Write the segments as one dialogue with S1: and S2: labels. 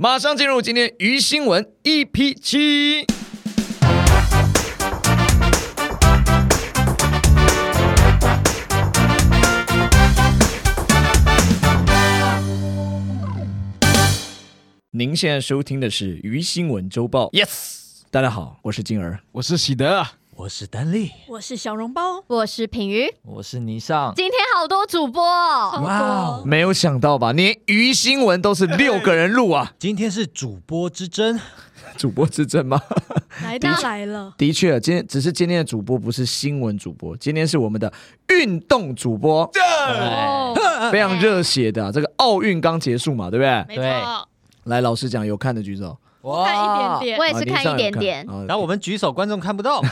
S1: 马上进入今天鱼新闻 EP 七。您现在收听的是《鱼新闻周报》。
S2: Yes，
S1: 大家好，我是金儿。
S2: 我是喜德。
S3: 我是丹力，
S4: 我是小笼包，
S5: 我是品瑜，
S3: 我是霓裳，
S5: 今天好多主播哦，
S3: 哇哦！
S1: 没有想到吧，连鱼新闻都是六个人录 啊！
S3: 今天是主播之争，
S1: 主播之争吗？
S4: 来都来了，
S1: 的确，今天只是今天的主播不是新闻主播，今天是我们的运动主播，
S3: 哎
S5: 哦，
S1: 非常热血的啊、这个奥运刚结束嘛，对不对？
S4: 没错，
S1: 来，老实讲，有看的举手。
S4: 看一点点，
S5: 我也
S1: 哦
S5: 是看一点点，
S1: 啊。
S3: 然后我们举手，观众看不 到。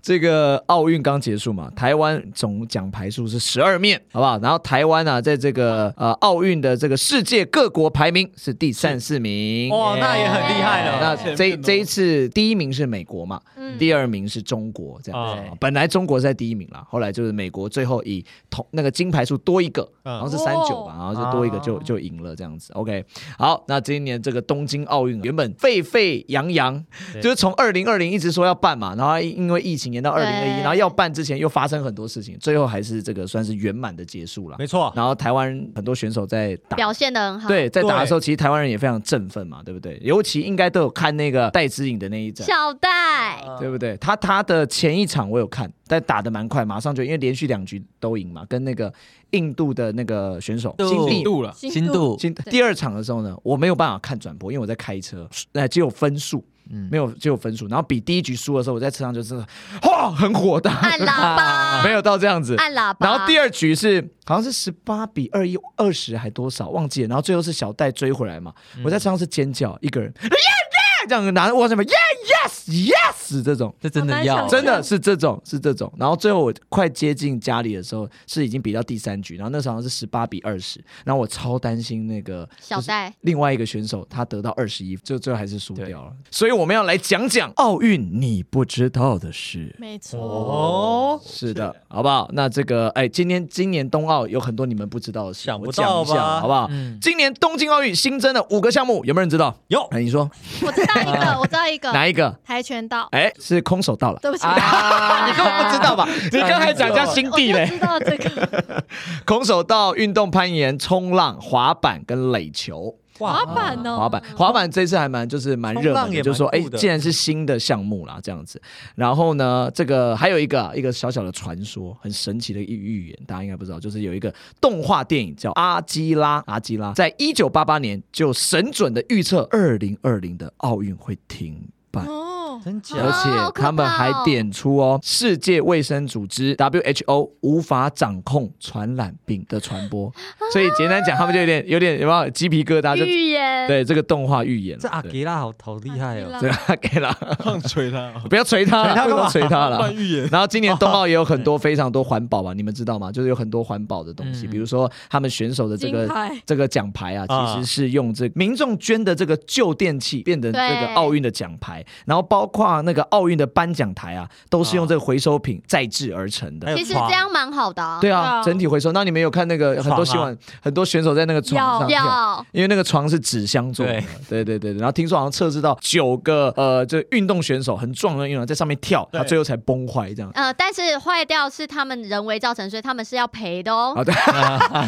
S1: 这个奥运刚结束嘛，台湾总奖牌数是十二面，好不好？然后台湾啊，在这个呃奥运的这个世界各国排名是第三四名。
S3: 哇，那也很 厉害
S1: 那
S3: 了。哦
S1: 这这一次第一名是美国嘛，
S5: 嗯
S1: 第二名是中国，这样子
S3: 哦。
S1: 本来中国是在第一名啦，后来就是美国最后以同那个金牌数多一个，
S3: 嗯啊
S1: 好像是三九吧，然后就多一个就就赢了这样子。OK，好，那今年这个东京奥运啊原本沸沸扬扬，
S3: 对
S1: 就是从二零二零一直说要办嘛，然后因为疫情延到二零二一，
S5: 对
S1: 然后要办之前又发生很多事情，最后还是这个算是圆满的结束了。
S3: 没错，
S1: 然后台湾很多选手在打
S5: 表现的很好，，
S1: 对，在打的
S3: 对
S1: 时候，其实台湾人也非常振奋嘛，对不对？尤其应该都有看那个戴资颖的那一战，
S5: 小戴，
S3: 呃
S1: 对不对？他他的前一场我有看，但打的蛮快，马上就因为连续两局都赢嘛，跟那个印度的那个选手
S3: 印
S1: 新
S3: 度
S1: 地
S2: 印度了，
S4: 新
S3: 新度，
S1: 新第二场的时候呢，我没有办法看转播，因为我在开车，那、只有分数，
S3: 嗯
S1: 没有只有分数。然后比第一局输的时候，我在车上就是哇，很火大，
S5: 按 喇叭，
S1: 没有到这样子。
S5: 按喇叭，
S1: 然后第二局是好像是十八比二一二十还多少忘记了，然后最后是小戴追回来嘛，
S5: 嗯
S1: 我在车上是尖叫，一个人 yeah yeah 这样拿着握手么 yeah yes yes 这种。
S3: 这真的
S4: 好
S3: 要
S5: 哦
S4: 难想
S1: 真
S4: 象
S1: 的是这种，是这种。然后最后我快接近家里的时候，是已经比到第三局，然后那时候好像是十八比二十，然后我超担心那个
S5: 小戴，
S1: 另外一个选手他得到二十一，就最后还是输掉了。所以我们要来讲讲奥运你不知道的事。
S4: 没错，
S3: 哦，
S1: 是的，好不好？那这个，哎，今天今年冬奥有很多你们不知道的事，
S3: 想不
S1: 我讲
S3: 到
S1: 一下，
S3: 吧？
S1: 好不好？
S3: 嗯
S1: 今年东京奥运新增了五个项目，有没有人知道？
S3: 有
S1: 哎，你说
S4: 我知道一个，我知道一个，
S1: 哪一个？
S4: 跆拳道，
S1: 哎，是空手道了。啊
S4: 对不起，
S3: 啊，你根本不 知道吧？你刚才讲一下新
S4: 我就知道这个
S1: 空手道、运动攀岩、冲浪、滑板跟垒球。
S4: 滑板哦，
S1: 滑板，滑板这次还蛮就是蛮热
S3: 冲浪
S1: 门的，
S3: 也
S1: 就说哎
S3: 蛮酷，的
S1: 既然是新的项目啦，这样子。然后呢，这个还有一个啊一个小小的传说，很神奇的一个预言，大家应该不知道，就是有一个动画电影叫《阿基拉》，阿基拉在一九八八年就神准的预测二零二零的奥运会停办。
S4: 哦，
S3: 真假
S1: 而且他们还点出哦，世界卫生组织 WHO 无法掌控传染病的传播，
S4: 啊
S1: 所以简单讲，他们就有点有点有没有鸡皮疙瘩？就
S5: 预言，
S1: 对这个动画预言了，
S3: 这阿 吉拉好好厉害哦！
S4: 了
S1: 对，对阿给 啦，
S2: 胖锤他，
S1: 不要捶他了，
S3: 捶他干
S1: 不
S3: 嘛
S1: 要捶他了
S2: 乱。预言。
S1: 然后今年冬奥也有很多非常多环保嘛，你们知道吗？就是有很多环保的东西，
S3: 嗯
S1: 比如说他们选手的这
S4: 金
S1: 个
S4: 牌，
S1: 这个奖牌啊，
S3: 啊
S1: 其实是用这民众捐的这个旧电器变成这个
S5: 对
S1: 奥运的奖牌，然后包括那个奥运的颁奖台啊，都是用这个回收品再制而成的。
S3: 还有
S5: 其实
S3: 床
S5: 这样蛮好的啊，
S1: 对
S4: 对
S1: 啊，
S4: 啊
S1: 整体回收。那你们有看那个很多新
S3: 床啊
S1: 闻，很多选手在那个床上跳，
S5: 要
S1: 因为那个床是纸箱做的
S3: 对。
S1: 对对对对。然后听说好像测试到九个呃，这运动选手很壮的运动员在上面跳，
S3: 对
S1: 他最后才崩坏这样。
S5: 呃，但是坏掉是他们人为造成，所以他们是要赔的哦
S1: 好，的，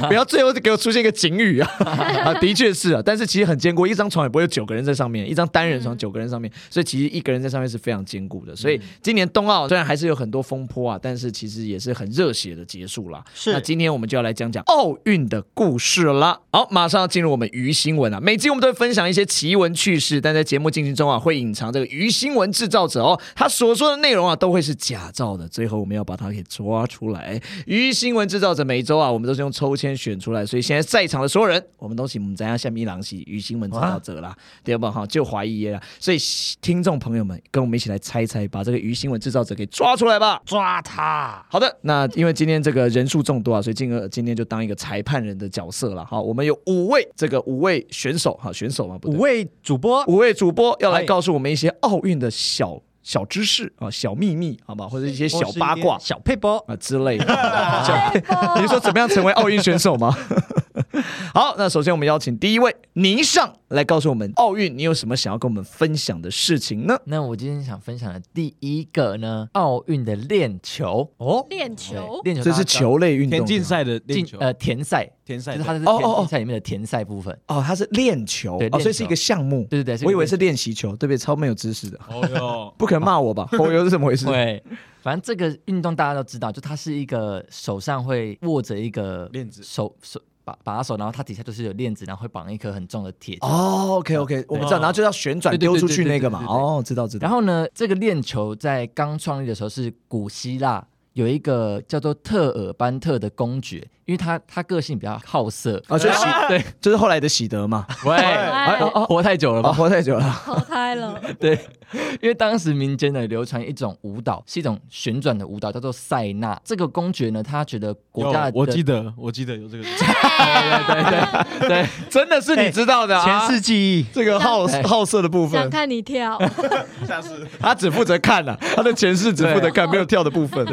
S1: 不要最后给我出现一个警语啊！ 啊，的确是啊，但是其实很坚固，一张床也不会有九个人在上面，一张单人床
S5: 嗯
S1: 九个人上面，所以其实一个人在上面是非常坚固的。所以今年冬奥虽然还是有很多风波啊，但是其实也是很热血的结束啦。
S3: 是
S1: 那今天我们就要来讲讲奥运的故事啦。好，马上要进入我们鱼新闻啊。每集我们都会分享一些奇闻趣事，但在节目进行中啊，会隐藏这个鱼新闻制造者哦，他所说的内容啊都会是假造的，最后我们要把它给抓出来。鱼新闻制造者每一周啊，我们都是用抽签选出来，所以现在在场的所有人，我们都是我们咱家下面一郎系鱼新闻制造者啦，对吧？哈，就怀疑啦。所以听众朋友们，跟我们一起来猜猜，把这个鱼新闻制造者给抓出来吧。
S3: 抓他，
S1: 好的，那因为今天这个人数众多啊，所以进而今天就当一个裁判人的角色了。好，我们有五位这个五位选手，哈，选手嘛，不对
S3: 五位主播
S1: 五位主播要来
S3: 哎
S1: 告诉我们一些奥运的小小知识啊、小秘密，好吧，或者一些小八卦
S3: 小配 播，
S4: 哦
S1: 啊之类的。小你是说怎么样成为奥运选手吗？ 好，那首先我们邀请第一位倪尚来告诉我们奥运，你有什么想要跟我们分享的事情呢？
S2: 那我今天想分享的第一个呢，奥运的链球，
S3: 哦，
S4: 练球
S2: 对，链球
S1: 这
S2: 大家
S1: 是
S2: 知道
S1: 球类运动，
S6: 田径赛的
S2: 进
S6: 进
S2: 呃田赛，
S6: 田
S2: 就
S6: 赛
S2: 是它是
S1: 哦哦
S2: 田
S1: 哦
S2: 径赛里面的田赛部分。
S1: 哦，它是练球
S2: 对
S1: 哦，所以
S2: 练
S1: 是一
S2: 球
S1: 个项目。
S2: 对对对，啊
S1: 我以为是练习球，对不对？超没有知识的，
S6: 哦哟，
S1: 不可能骂我 吧？我又是怎么回事？
S2: 对，反正这个运动大家都知道，就它是一个手上会握着一个
S6: 链子
S2: 手手把把它手，然后它底下就是有链子，然后会绑一颗很重的铁球。
S1: 哦，OK OK，我们知道，然后就要旋转
S2: 对对对
S1: 丢
S2: 对
S1: 出去那个
S2: 对
S1: 嘛。
S2: 对对对
S1: 哦，知道知道。
S2: 然后呢，这个链球在刚创立的时候是古希腊有一个叫做特尔班特的公爵，因为他他个性比较好色，
S1: 啊，就是喜
S2: 对，
S1: 就是后来的喜德嘛，
S2: 喂，
S4: 哎，
S2: 活太久了
S1: 啊，
S2: 吧？
S1: 活太久了。
S4: 投胎了，
S2: 对，因为当时民间呢流传一种舞蹈，是一种旋转的舞蹈，叫做塞纳。这个公爵呢，他觉得国家的
S6: 我记得我记得有这个，
S2: 对，
S1: 真的是你知道的啊，
S3: 前世记忆，
S1: 这个好
S2: 哎
S1: 好色的部
S4: 想
S1: 分，
S4: 看你跳，
S6: 下次
S1: 他只负责看了，他的前世只负责看，
S4: 哦
S1: 没有跳的部分。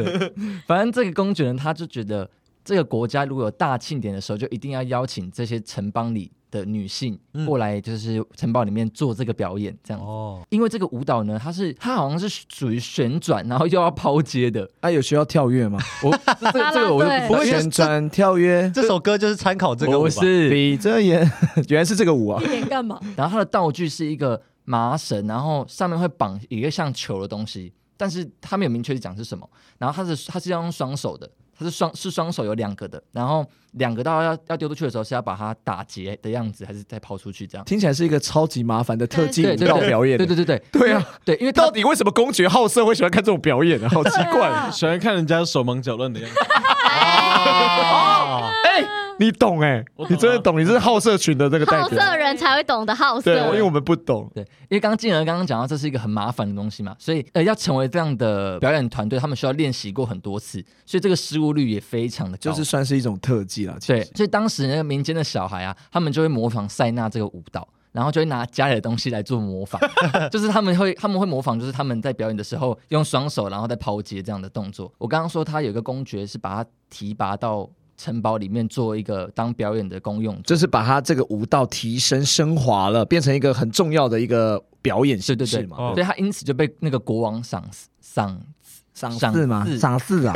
S2: 反正这个公爵呢，他就觉得这个国家如果有大庆典的时候，就一定要邀请这些城邦里的女性
S6: 嗯
S2: 过来，就是城堡里面做这个表演，这样。
S3: 哦，
S2: 因为这个舞蹈呢，它是它好像是属于旋转，然后又要抛接的。
S1: 他有需要跳跃吗？
S2: 我这个这个我就
S4: 啦啦队
S2: 不会
S1: 旋转跳跃，
S3: 这首歌就是参考这个舞
S2: 我
S3: 吧，
S2: 是。
S1: 闭着眼， 原来是这个舞啊
S4: 一！脸干嘛？
S2: 然后它的道具是一个麻绳，然后上面会绑一个像球的东西，但是他没有明确地讲是什么。然后它是它是要用双手的，它是双是双手有两个的，然后两个到要要丢出去的时候是要把它打结的样子，还是再抛出去这样？
S1: 听起来是一个超级麻烦的特技
S2: 对
S1: 舞
S2: 对
S1: 蹈
S2: 对，
S1: 表演。
S2: 对对对对
S1: 对啊，
S2: 对，因为它
S1: 到底为什么公爵好色会喜欢看这种表演呢？好奇怪啊！
S6: 喜欢看人家手忙脚乱的样子，
S2: 哎
S3: 哦，
S1: 哎，你懂哎，
S2: 啊
S1: 你真的懂，你是好色群的那个代
S5: 好
S1: 表。
S5: 色人才会懂得好
S1: 对，因为
S5: 色。
S1: 我们不懂。
S2: 对，因为刚刚静儿刚刚讲到，这是一个很麻烦的东西嘛，所以呃，要成为这样的表演团队，他们需要练习过很多次，所以这个失误率也非常的高。
S1: 就是算是一种特技啦，其
S2: 对
S1: 实，
S2: 所以当时那个民间的小孩啊，他们就会模仿塞纳这个舞蹈，然后就会拿家里的东西来做模仿，就是他们会他们会模仿，就是他们在表演的时候用双手，然后再抛接这样的动作。我刚刚说他有一个公爵是把他提拔到城堡里面做一个当表演的公用，
S1: 就是把他这个舞蹈提升升华了，变成一个很重要的一个表演
S2: 对
S1: 形
S2: 对对
S1: 式，嘛。
S3: 哦
S2: 所以他因此就被那个国王赏赏
S1: 赏
S2: 赏
S1: 赐吗？
S2: 赐
S1: 赏赐啊，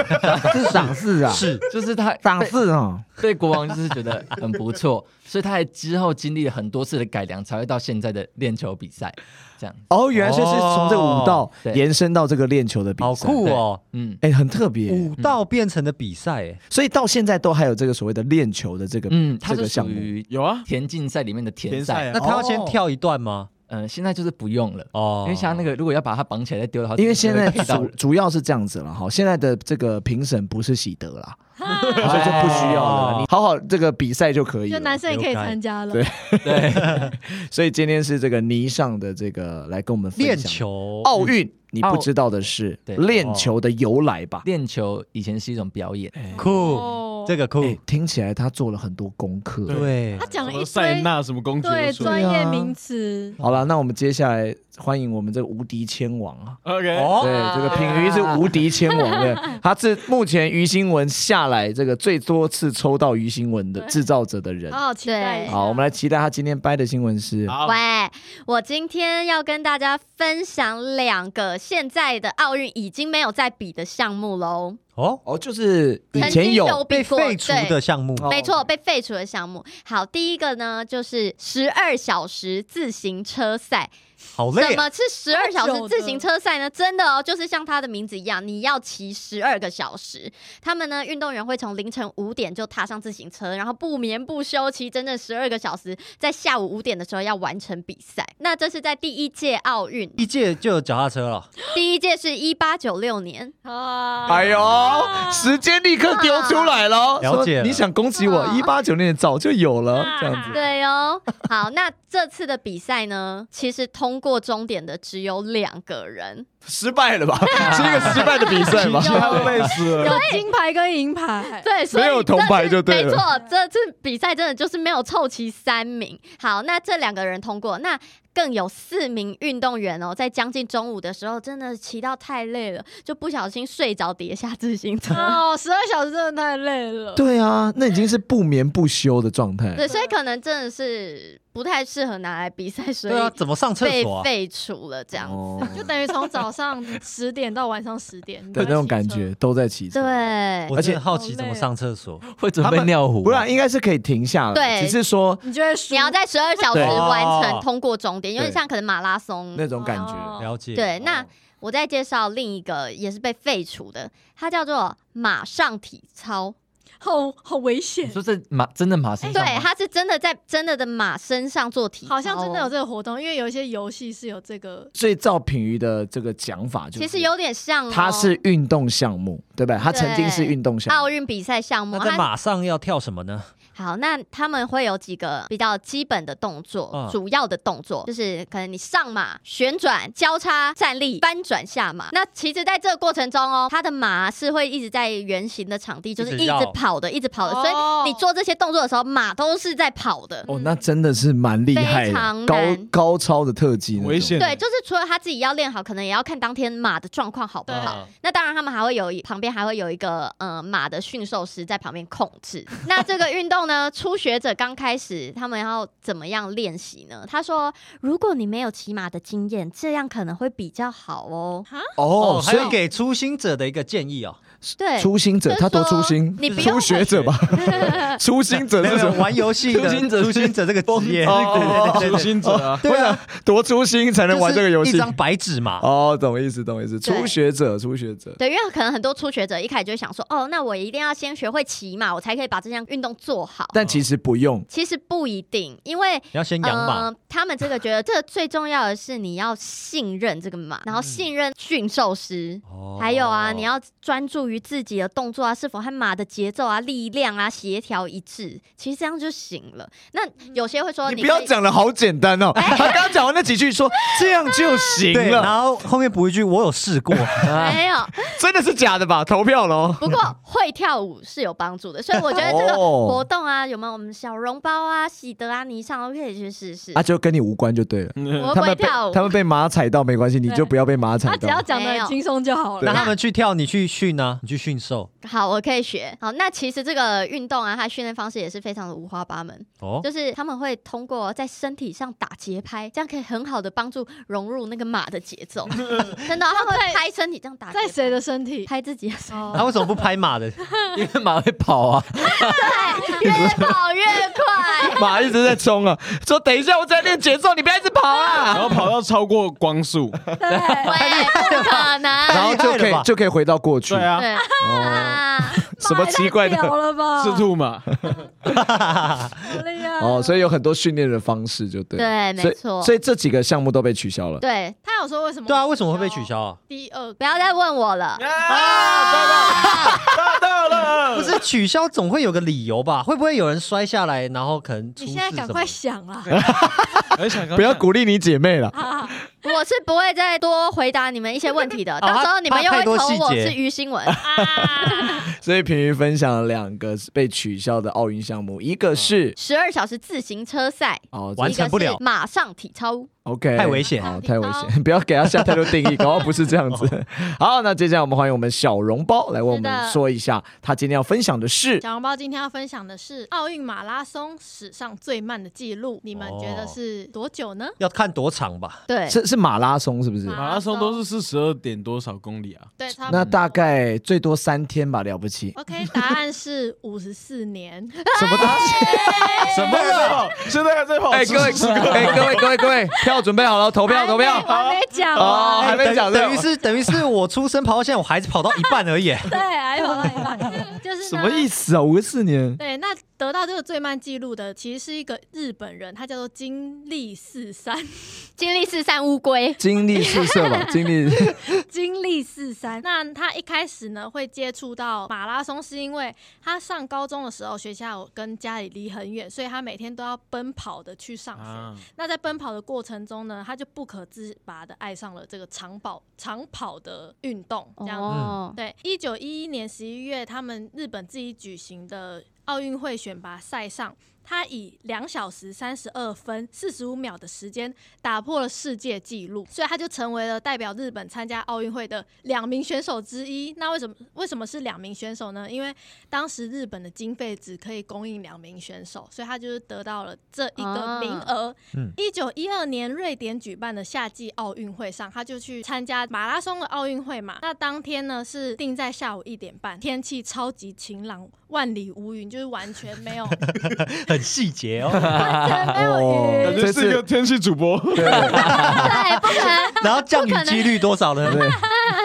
S1: 是赏赐啊，
S3: 是
S2: 就是他
S1: 赏
S2: 被
S1: 赐啊。
S2: 对国王就是觉得很不错，所以他还之后经历了很多次的改良，才会到现在的练球比赛这样。
S1: 哦，原来是是从这个舞蹈
S2: 对
S1: 延伸到这个练球的比
S3: 好
S1: 赛，
S3: 酷哦，
S2: 嗯，
S1: 哎，很特别。
S3: 舞蹈变成的比赛，哎
S1: 所以到现在都还有这个所谓的练球的这个
S2: 嗯，它
S1: 这
S2: 是
S1: 个项
S2: 属
S1: 目。
S2: 于
S6: 有啊，
S2: 田径赛里面的田
S6: 田赛
S2: 赛
S6: 啊。
S3: 那他要先跳一段吗？
S2: 嗯、现在就是不用了，
S3: 哦
S2: 因，为像那个如果要把它绑起来再丢的话，
S1: 因为现在
S2: 就会踢到
S1: 主
S2: 人
S1: 主要是这样子了哈，现在的这个评审不是喜德啦，
S4: 哈
S1: 所以就不需要了，
S3: 哦
S2: 哎
S1: 你好好这个比赛就可以
S4: 就
S1: 了
S4: 男。生也可以参加了
S1: 对，所以今天是这个泥上的这个来跟我们分
S3: 练
S1: 享
S3: 球
S1: 奥运，你不
S2: 奥
S1: 知道的是
S2: 对
S1: 练球的由来吧？
S2: 练球以前是一种表演，
S3: 酷，
S4: 哦
S3: 这个
S1: 哎
S5: 嗯
S3: 酷，
S1: 听起来他做了很多功课。
S3: 对
S4: 他，讲
S6: 什
S4: 了一
S6: 么塞
S4: 堆
S6: 纳什么公爵
S4: 对
S6: 都出来
S4: 专业名词，
S1: 好了，那我们接下来欢迎我们这个无敌千王啊！
S6: ，OK，
S3: 哦，
S1: 对，这个品鱼是无敌千王 的，他是目前鱼新闻下来这个最多次抽到鱼新闻的制造者的人。
S5: 哦
S4: 好好期待一下。
S1: 好，我们来期待他今天掰的新闻是
S6: 好，
S5: 喂，我今天要跟大家分享两个现在的奥运已经没有在比的项目喽。
S3: 哦，
S1: 哦，就是以
S5: 曾
S1: 前
S5: 经
S1: 有
S5: 比
S3: 被
S5: 过，
S3: 废除
S5: 对
S3: 的项目，
S5: 没错，被废除的项目。好，第一个呢就是十二小时自行车赛。
S3: 好累
S5: 什
S3: 啊，
S5: 么是十二小
S4: 太久
S5: 时
S4: 了
S5: 自行车赛呢？真的哦，就是像它的名字一样，你要骑十二个小时。他们呢，运动员会从凌晨五点就踏上自行车，然后不眠不休骑整整十二个小时，在下午五点的时候要完成比赛。那这是在第一届奥运，
S3: 一届就有脚踏车了，
S5: 第一届是一八九六年。
S4: 啊
S1: 哎呦，时间立刻丢出来了，
S3: 了
S1: 说
S3: 解了
S1: 你想攻击我，
S5: 啊
S1: 一八九年早就有了，这样子。
S5: 嗯对哦， 好，那这次的比赛呢，其实通过终点的只有两个人，
S1: 失败 了吧？是一个失败的比赛吗？
S5: 有
S6: 他累死了。
S4: 有金牌跟银牌，
S5: 对，所以
S1: 没有铜牌就对了
S5: 这次没错，这次比赛真的就是没有凑齐三名。好，那这两个人通过，那更有四名运动员哦，在将近中午的时候，真的骑到太累了，就不小心睡着跌下自行车。
S4: 哦，十二小时真的太累了。
S1: 对啊，那已经是不眠不休的状态。
S5: 对，所以可能真的是不太适合拿来比赛，所
S3: 对啊，
S5: 以
S3: 怎么上厕
S5: 被
S3: 所啊？
S5: 废除了这样子。
S1: 哦，
S4: 就等于从早上十点到晚上十点
S1: 对那种感觉，都在骑车。
S5: 对，
S3: 我真的好奇怎么上厕所。
S2: 会准备尿壶啊，
S1: 不然应该是可以停下来，
S5: 对
S1: 只是说
S4: 你就会输
S5: 你要在十二小时
S1: 对
S5: 完成
S3: 哦
S5: 通过终点，有点
S1: 对
S5: 像可能马拉松
S1: 那种感觉。
S5: 嗯
S4: 哦
S3: 了解。
S5: 对，那
S3: 哦
S5: 我再介绍另一个也是被废除的，它叫做马上体操。
S4: 好好危
S2: 你
S4: 险，
S2: 说这马真的马身上
S5: 哎对，
S2: 吗
S5: 它是真的在真的的马身上做体操哦，
S4: 好像真的有这个活动，因为有一些游戏是有这个
S1: 所以赵品瑜的这个讲法就是，
S5: 其实有点像、哦，
S1: 他是运动项目，对不对？他曾经是运动项
S5: 奥
S1: 目，
S5: 运比赛项目。
S3: 那在
S5: 它
S3: 马上要跳什么呢？
S5: 好，那他们会有几个比较基本的动作，
S3: 嗯
S5: 主要的动作就是可能你上马、旋转、交叉、站立、翻转下马。那其实在这个过程中哦，它的马是会一直在圆形的场地，就是
S3: 一直
S5: 一直
S3: 绕
S5: 跑的，一直跑的，
S4: 哦
S5: 所以你做这些动作的时候，马都是在跑的。
S1: 哦，那真的是蛮厉害
S5: 非
S1: 的，
S5: 常
S1: 高
S5: 难
S1: 高超的特技那种，
S6: 危险
S5: 对，就是除了他自己要练好，可能也要看当天马的状况好不好。
S3: 啊
S5: 那当然，他们还会有一旁边还会有一个呃马的驯兽师在旁边控 制。那这个运动呢，初学者刚开始他们要怎么样练习呢？他说，如果你没有骑马的经验，这样可能会比较好哦。
S1: 哦
S3: 哦，，还
S1: 所以
S3: 有给初心者的一个建议哦，
S5: 对，
S1: 初心者
S5: 就是
S1: 他多
S5: 说
S1: 初心，
S5: 你不
S1: 初
S5: 用
S1: 学者 吧？初心者
S3: 没
S1: 是
S3: 有
S1: 什么？
S3: 玩游戏的
S2: 初心者是
S3: 初心者这个职业，
S1: 哦
S6: 初心者啊，
S1: 对啊，多初心才能玩这个游
S3: 就是
S1: 戏
S3: 一。张白纸嘛。
S1: 哦，懂意思，懂意思。
S5: 对
S1: 初学者，初学者，
S5: 对，因为可能很多初学者一开始就会想说，哦，那我一定要先学会骑马，我才可以把这项运动做好。
S1: 但其实不用。
S5: 其实不一定，因为
S3: 你要先养马，
S5: 呃。他们这个觉得，这个最重要的是你要信任这个马，
S1: 嗯
S5: 然后信任驯兽师。
S3: 哦
S5: 还有啊，你要专注于自己的动作啊，是否和马的节奏啊、力量啊协调一致，其实这样就行了。那有些会说
S1: 你
S5: 你
S1: 不要
S5: 可以，哎
S1: 讲的好简单哦，他刚刚讲完那几句说这样就行
S3: 对，
S1: 了，
S3: 然后后面补一句，我有试 过，
S2: 啊
S5: 没有，
S1: 真的是假的吧？投票喽！
S5: 不过会跳舞是有帮助的，所以我觉得 这个
S1: 哦
S5: 活动啊，有没有我们小笼包啊、喜德啊、尼尚都可以去试试。
S1: 啊，就跟你无关就对了。
S5: 我
S6: 哦
S1: 他们
S5: 会不
S1: 被
S5: 会跳舞啊
S1: 他们被马踩到没关系，你就不要被马踩
S4: 他只要
S1: 到。
S4: 讲的很轻松就好
S1: 没
S3: 那
S4: 了。
S3: 他们去跳，你去训啊，你去驯兽
S5: 好，我可以学。好，那其实这个运动啊，它训练方式也是非常的五花八门。
S3: 哦，
S5: 就是他们会通过在身体上打节拍，这样可以很好的帮助融入那个马的节 奏。真的哦，他们会拍身体这样打节拍，
S4: 在 谁的身体？哦
S5: 拍自己的身体，
S3: 他为什么不拍马 的？
S2: 因为马会跑啊，
S5: 对，越跑越快。
S1: 马一直在冲啊，说等一下我在练节奏，你不要一直跑啊
S6: 然
S1: 啦。
S6: 后跑到超过光速，
S4: 对，
S5: 喂，不可 能。
S1: 然后就
S3: 太厉
S1: 可
S3: 害了
S1: 以
S3: 吧
S1: 就可以回到过去
S6: 对，啊，
S5: 对
S1: 哦，
S5: 啊，
S1: 什么奇怪的
S4: 太屌 了吧？
S6: 赤兔马，
S4: 好厉害
S1: 哦，所
S4: 以
S1: 以有很多训练的方式，就对了。
S5: 对，没
S1: 所以
S5: 错
S1: 所，以这几个项目都被取消了。
S5: 对，
S4: 他有说为什么？
S3: 对啊，为什么会被取？消啊？
S4: 第二
S5: 不要再问 我了。
S1: 啊
S3: 不是取消总会有个理由吧？会不会有人摔下来，然后可能出
S4: 你
S3: 事
S4: 现在赶
S3: 什么
S4: 快？想啦！
S6: 很想
S1: 不要鼓励你姐妹了。
S4: 啊，
S5: 我是不会再多回答你们一些问题的， 到时候你们又
S3: 他
S5: 会
S3: 太多
S5: 投我
S3: 细节
S5: 是于 新文。
S1: 所以平瑜分享了两个被取消的奥运项目，一个是
S5: 十二小时自行车赛，
S1: 哦
S3: 完成不了
S5: 一个是马上体操。
S1: ，OK，
S3: 太危险
S1: 好，
S5: 体
S1: 太危险，不要给他下太多定义，搞不好不是这样子。好，那接下来我们欢迎我们小笼包来为我
S4: 是的
S1: 们说一下，他今天要分享的是
S4: 小笼包今天要分享的是奥运马拉松史上最慢的记录，你们觉得是多久呢？
S3: 要看多长吧。
S5: 对，
S1: 是是马拉松是不是？
S4: 马
S6: 马拉松都是四十二点多少公里啊？
S4: 对，差不多
S1: 那大概最多三天吧，了不起。
S4: OK，答案是五十四年。
S1: 什么东西？
S6: 什么人在跑？现在还在跑？
S1: 哎，各位，哎，各位，各位，各位，票准备好了，投票，投
S4: 还没
S1: 票。
S4: 我还没讲
S1: 哦，
S4: 完。
S1: 还没讲
S3: 哎等等
S1: 这
S3: 于是等于是我出生跑到现在，我还跑到一半而已。
S4: 对，还 有到一半，就是
S1: 什么意
S4: 思？
S1: 思啊？五十四年，
S4: 对，那 得到这个最慢记录的其实是一个日本人，他叫做金立四三。
S5: 经历四散乌龟，
S1: 经历四射吧，经历
S4: 经历四三。那他一开始呢会接触到马拉松，是因为他上高中的时候学校跟家里离很远，所以他每天都要奔跑的去上学。
S6: 啊，
S4: 那在奔跑的过程中呢，他就不可自拔的爱上了这个长跑长跑的运动，这样子。
S5: 哦，
S4: 对，一九一一年十一月，他们日本自己举行的奥运会选拔赛上，他以两小时三十二分四十五秒的时间打破了世界纪录，所以他就成为了代表日本参加奥运会的两名选手之一。那为什么为什么是两名选手呢？因为当时日本的经费只可以供应两名选手，所以他就是得到了这一个名额
S3: 嗯。
S4: 一九一二年瑞典举办的夏季奥运会上，他就去参加马拉松的奥运会嘛。那当天呢是定在下午一点半，天气超级晴朗，万里无云，就是完全没有完
S3: 很细节 哦。
S4: 全没有
S6: 感
S4: 云。
S6: 觉是一个天气主播，
S3: 嗯
S5: 对，不可能，
S3: 然后降雨几率多少呢？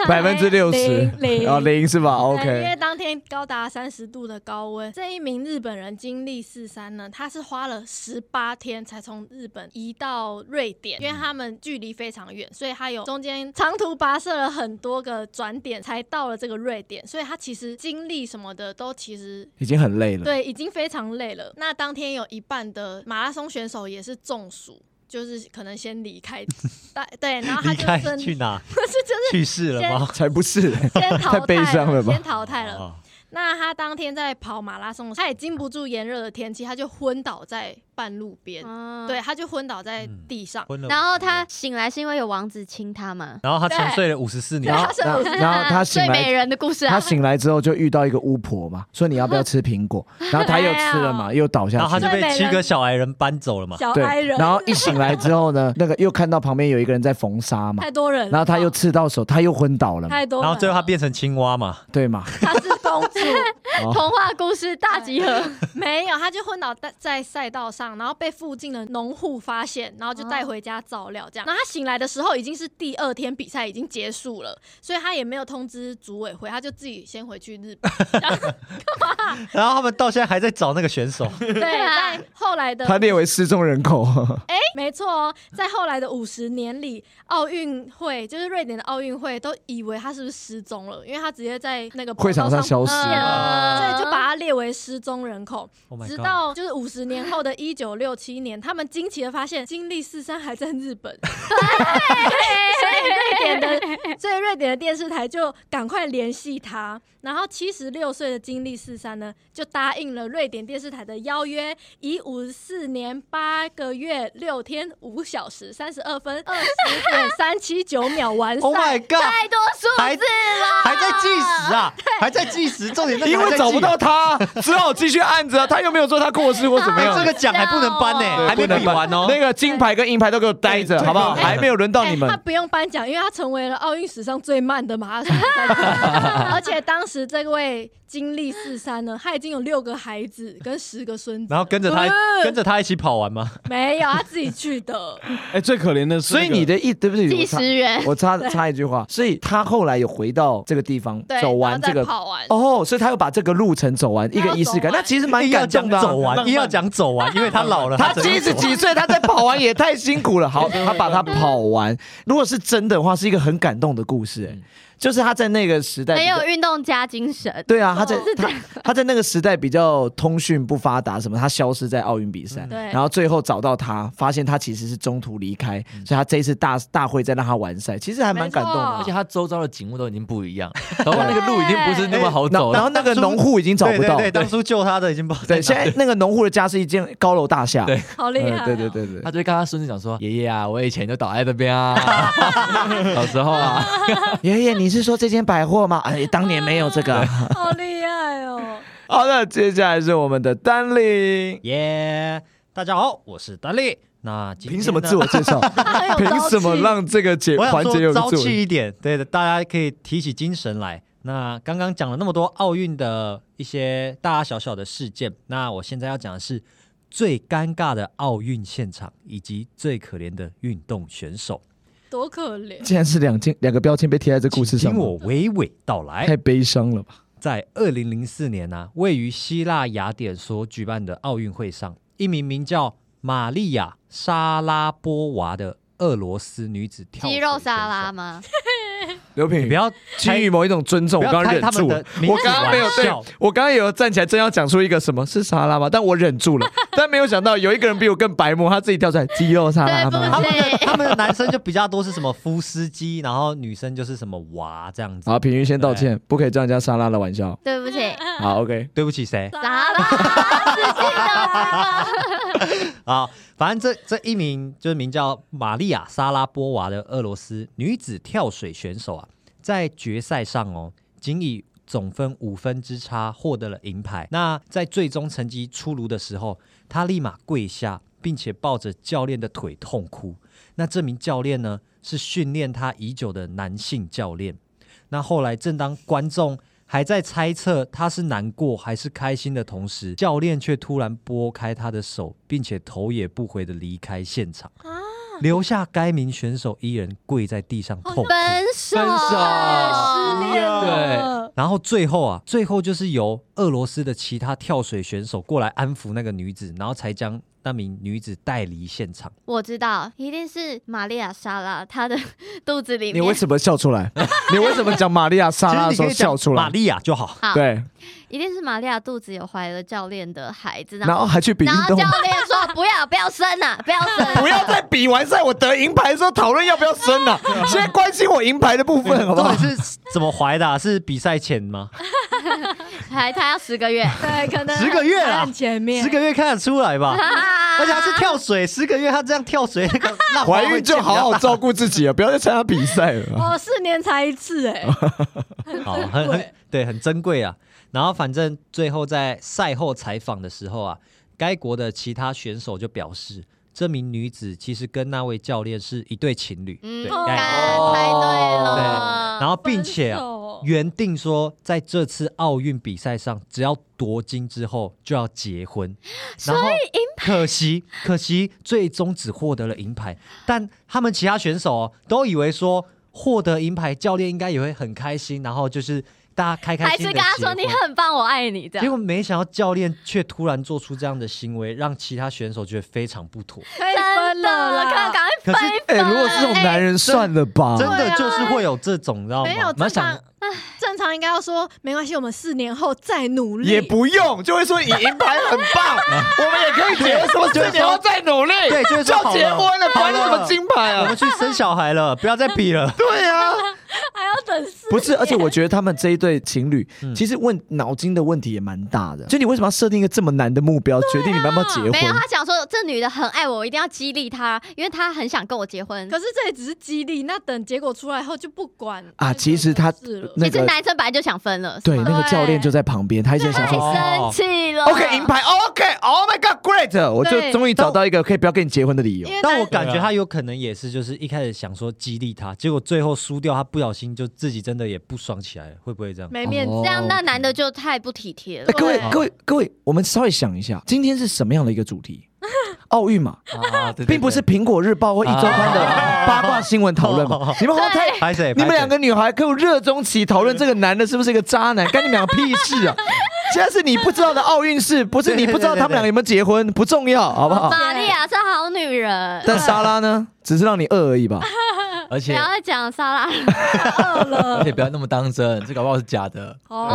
S1: 百分之六十，
S4: 零
S1: 然后零是吧
S4: 对因
S1: ？OK，
S4: 为当天高达三十度的高温，这一名日本人经历四三呢，他是花了十八天才从日本移到瑞典，因为他们距离非常远，所以他有中间长途跋涉了很多个转点才到了这个瑞典，所以他其实经历什么的都其实
S1: 已经很累了。
S4: 对，已经非常累了。那当天有一半的马拉松选手也是中暑。就是可能先 离开，但对，然后啊他
S3: 离
S4: 就
S3: 开
S4: 真
S3: 去哪？
S4: 是就是
S3: 去世了吗？
S1: 才不是嘞，
S4: 先淘汰
S1: 太悲伤了吧
S4: 先淘汰了。
S3: 哦
S4: 那他当天在跑马拉松，他也经不住炎热的天气，他就昏倒在半路边，
S5: 嗯
S4: 对，。他就昏倒在地上。
S1: 嗯
S3: 昏了
S5: 然后他，
S3: 嗯
S5: 醒来是因为有王子亲他嘛，
S3: 然后他沉睡了五十四年
S1: 然，后
S4: 他是
S1: 然后然后他醒
S5: 睡美
S1: 来。
S5: 人的故事
S1: 他
S5: 啊，
S1: 醒来之后就遇到一个巫婆嘛，说你要不要吃苹 果，然后他又吃了
S4: 啊
S1: 嘛，又倒
S3: 然
S1: 下
S3: 后他
S1: 去
S3: 就
S1: 了。
S3: 被七个小矮人搬走了嘛。
S4: 小
S1: 对
S4: 矮，哦人，
S1: 然后一醒来之后呢，那个又看到旁边有一个人在缝纱嘛，
S4: 太多人了，
S1: 然后他又刺到手，他又昏倒了嘛，
S4: 太多人了，
S3: 然后最后他变成青蛙嘛，
S1: 对嘛？
S4: 他是公主，
S5: 童话故事大集合，
S4: 没有，他就昏倒在在赛道上，然后被附近的农户发现，然后就带回家照料这样。然后他醒来的时候已经是第二天比赛已经结束了，所以他也没有通知组委会，他就自己先回去日本。
S3: 然后他们到现在还在找那个 选手，
S4: 对，但后来的
S1: 他列为失踪人口，
S4: 没错哦，在后来的五十年里，奥运会就是瑞典的奥运会，都以为他是不是失踪了，因为他直接在那个
S1: 会场上消
S4: 上
S1: 失了。
S4: 嗯
S5: 呃
S4: 啊所以就把他列为失踪人口，
S3: Oh my
S4: 直
S3: god！
S4: 到就是五十年后的一九六七年，他们惊奇的发现金历四三还在 日本，所以瑞典的 所以瑞典的电视台就赶快联系他，然后七十六岁的金历四三呢就答应了瑞典电视台的邀约，以五十四年八个月六天五小时三十二分二十点三七九秒完
S3: Oh
S4: 赛
S3: my。god！
S5: 太多数
S3: 还
S5: 字了，
S3: 还在计时啊，还在计时，重点那 个
S1: 因
S3: 还
S1: 为
S3: 在
S1: 找不
S3: 计
S1: 到他，只好继续按着啊。他又没有说他过世或怎么
S3: 哎，
S1: 样
S3: 这。个奖还不能颁
S5: 对
S3: 呢，还没
S1: 不能
S3: 比完哦。
S1: 那个金牌跟银牌都给我待
S6: 哎
S1: 着，好不好？
S3: 对
S1: 还没有轮到你们
S4: 哎他。不用颁奖，因为他成为了奥运史上最慢的马 拉松比赛。而且当时这位经历四三呢，他已经有六个孩子跟十个孙子，
S3: 然后跟着他
S4: 嗯
S3: 跟着他一起跑完吗？
S4: 没有他自己去 的，
S6: 哎，最可怜的是
S1: 所
S6: 那个，
S1: 以你的意对不对？
S5: 计
S1: 我插
S5: 时员，
S1: 我 插插一句话，所以他后来有回到这个地方，
S4: 对，
S1: 走完这
S4: 然后再
S1: 个
S4: 跑完。
S1: 哦，所以他又把这个路程走完，一个仪式感，
S4: 他
S1: 那
S4: 要走完
S1: 其实蛮
S3: 硬要
S1: 感动
S3: 讲
S1: 的啊。
S3: 走完，硬要讲走完，因为他老了，
S1: 他
S3: 只能
S1: 七十
S3: 走
S1: 几岁，他在跑完也太辛苦了。好，他把它跑完。如果是真的话，是一个很感动的故事、
S3: 嗯
S1: 哎，就是他在那个时代比
S5: 很
S1: 较
S5: 有运动家精神，
S1: 对啊，他
S4: 哦
S1: 在他他在那个时代比较通讯不发达，什么他消失在奥运比赛，
S4: 嗯对
S1: 然后最后找到他，发现他其实是中途离开，
S3: 嗯
S1: 所以他这一次大大会再让他完赛，其实还蛮感动
S4: 没
S1: 的
S2: 而且
S4: 错。
S2: 他周遭的景物都已经不一 样，然后那个路已经不是那么好
S1: 然后
S2: 走
S1: 然
S2: 了。
S1: 后那个农户已经找
S3: 对
S1: 不
S3: 对
S1: 到，
S3: 对，当初救他的已经不
S1: 对，现在那个农户的家是一间高楼大厦，
S2: 对
S4: 好厉害、哦
S1: 嗯，对对。对对
S3: 啊
S2: 他。就会跟他孙子讲说：“爷爷啊，我以前就倒在这 边啊，小时候啊，
S1: 爷爷，你是说这间百货吗？哎，当年没有这个。
S4: 好厉害 哦！
S1: 好的，接下来是我们的丹玲。
S3: 耶！大家好，我是丹力。那今天
S1: 凭
S3: 呢
S1: 什么自我介 绍？
S4: 他很有
S1: 凭
S4: 朝
S1: 什么
S4: 气
S1: 让这个节
S3: 我想
S1: 环节有
S3: 说
S1: 个
S3: 朝
S1: 自我？
S3: 气一点，对的，大家可以提起精神来。那刚刚讲了那么多奥运的一些大大小小的事件，那我现在要讲的是最尴尬的奥运现场，以及最可怜的运动选手。
S4: 多可怜？
S1: 竟然是两件两个标签被贴在这故事
S3: 请
S1: 上
S3: 听
S1: 吗，
S3: 我娓娓道来。
S1: 太悲伤了吧？
S3: 在二零零四年呢、位于希腊雅典所举办的奥运会上，一名名叫玛利亚·莎拉波娃的俄罗斯女子跳
S5: 肌
S3: 水
S5: 肉
S3: 选
S5: 沙拉
S3: 手，
S5: 吗？
S1: 刘品
S3: 你不要
S1: 基于
S3: 开
S1: 某一种尊重，
S3: 不
S1: 我
S3: 要
S1: 刚刚
S3: 开
S1: 忍
S3: 他们
S1: 住
S3: 的
S1: 了。
S3: 名
S1: 我
S3: 字
S1: 刚刚没有
S3: 玩
S1: 对
S3: 笑，
S1: 我刚刚也有站起来，正要讲出一个什么是沙拉吗？但我忍 住了。但没有想到有一个人比我更白目，他自己跳出来肌肉沙拉
S5: 对，不
S1: 吗？
S5: 是。
S3: 他们的男生就比较多是什么夫斯基，然后女生就是什么娃这样子。
S1: 好，品玉先道歉，不可以叫人家沙拉的玩笑。
S5: 对不起，
S1: 好，OK。
S3: 对不起谁
S5: 咋啦？
S3: 啊？反正这这一名就是名叫玛利亚·莎拉波娃的俄罗斯女子跳水选手啊，在决赛上哦，仅以总分五分之差获得了银牌。那在最终成绩出炉的时候，她立马跪下，并且抱着教练的腿痛哭。那这名教练呢，是训练她已久的男性教练。那后来，正当观众还在猜测他是难过还是开心的同时，教练却突然拨开他的手，并且头也不回的离开现场，
S4: 啊
S3: 留下该名选手一人跪在地上痛哭。
S5: 分手，
S2: 分手
S4: 失恋
S2: 了
S4: 了，
S3: 然后最后啊，最后就是由俄罗斯的其他跳水选手过来安抚那个女子，然后才将那名女子带离现场。
S5: 我知道，一定是玛利亚莎拉，她的 肚子里
S1: 你为
S5: 面
S1: 什么笑出来？ 你为什么讲玛利亚沙拉的
S3: 其
S1: 时
S3: 实
S1: 候
S3: 你可以讲
S1: 笑出
S3: 玛
S1: 来？
S3: 利亚就好。
S5: 好，
S1: 对，
S5: 一定是玛利亚肚子有怀了教练的孩子，然
S1: 然
S5: 后
S1: 后还去比运
S5: 然后
S1: 动
S5: 教。练说不要不要生 啊，不要生，
S1: 不要在比完赛我得银牌的时候讨论要不要升 了、现在关心我银牌的部分，好不
S3: 到
S1: 好
S3: 底？是怎么怀的啊、是比赛前吗？
S5: 还他要十个 月，
S4: 对，可能
S3: 十个月啊
S4: 很前 面
S3: 十个月看得出来吧？
S5: 啊
S3: 而且他是跳水，十个月他这样跳水，那个浪花
S1: 怀
S3: 会
S1: 孕就好好照顾自己啊，不要再参加比赛 了。
S4: 哦，四年才一次 哎，
S3: 溅到好，很很对，很珍贵啊。然后反正最后在赛后采访的时候啊，该国的其他选手就表示，这名女子其实跟那位教练是一对情侣，
S5: 嗯，
S3: 对，该
S5: 该猜对
S3: 哦对，
S5: 了，
S3: 然后并且、啊
S4: 分。
S5: 哦
S4: 手
S3: 原定说，在这次奥运比赛上，只要夺金之后就要结婚，然后可惜可惜最终只获得了银牌，但他们其他选手、哦、都以为说获得银牌，教练应该也会很开心，然后就是大家开开
S5: 还
S3: 心
S5: 是
S3: 心的
S5: 跟他说你很棒，我爱你这
S3: 结果
S5: 样。
S3: 没想到教练却突然做出这样的行为，让其他选手觉得非常不妥。
S4: 可以
S5: 真
S4: 分
S5: 的
S4: 了
S5: 了，
S4: 啦，
S5: 赶赶
S3: 可
S5: 快
S3: 是
S5: 分
S1: 哎、
S5: 分！
S1: 如果是这种男人，算了
S5: 哎
S1: 吧。
S3: 真
S4: 对
S3: 的
S4: 啊
S3: 就是会有这种，你知道吗？
S4: 没有
S3: 我们
S4: 正
S3: 想
S4: 常，正常应该要说没关系，我们四年后再努力。
S1: 也 不用，就会说你银牌很 棒，我们也可以结婚，什么
S3: 就是
S1: 四年后再努力，
S3: 对就是说
S1: 要结婚了，
S3: 好
S1: 管
S3: 了
S1: 你什么金牌
S3: 我
S1: 啊
S3: 们？去生小孩了， 不要再比了。
S1: 对啊，
S4: 还要等四
S1: 不是，而且我觉得他们这一对情侣，
S3: 嗯
S1: 其实问脑筋的问题也蛮大的。就你为什么要设定一个这么难的目标，决定你们要不要结
S5: 哎没有，啊
S1: 婚？
S5: 他想说这女的很爱我，我一定要激励她，因为她很想跟我结婚。
S4: 可是这也只是激励，那等结果出来后就不管
S1: 啊其实他
S4: 是了
S1: 那
S5: 其
S1: 个
S5: 实男生本来就想分了，
S1: 对，
S5: 是
S1: 那
S5: 吗
S1: 个教练就在旁边，他一直在想
S5: 太
S1: 说。
S5: 生气了。
S1: OK，银牌，OK，Oh my God，Great！我就
S4: 哦对
S1: 终于找到一个可以不要跟你结婚的理由
S4: 因。为
S3: 但
S4: 男
S3: 我感觉他有可能也是，就是一开始想说激励他，结果最后输掉，他不小心就自己真的也不爽起来了，会不会这样？
S4: 没面子
S5: 这样那
S1: 哦
S5: 男的就太不体贴了
S1: 哎。各位
S4: 对
S1: 各位各位，我们稍微想一下，今天是什么样的一个主 题？奥运嘛，
S2: 啊，对对对
S1: 并不是《苹果日报》或《一周刊》的
S4: 啊
S1: 八卦新闻讨论
S2: 哦
S1: 嘛。你们好像太
S2: 哎
S3: 拍谁？
S1: 你们
S3: 拍谁
S1: 两个女孩给我热衷起讨论这个男的是不是一个渣男，干你们两个屁事 啊！现在是你不知道的奥运事，不是你不知道他们两个有没有结婚，不重要，好不好？
S5: 玛利亚是好女人，
S1: 但莎拉呢，只是让你饿而已吧？
S2: 而
S5: 不
S2: 且
S5: 要再讲莎拉了。
S4: 饿
S2: 而
S4: 了
S2: 且不要那么当真，这搞不好是假的。
S4: 哦，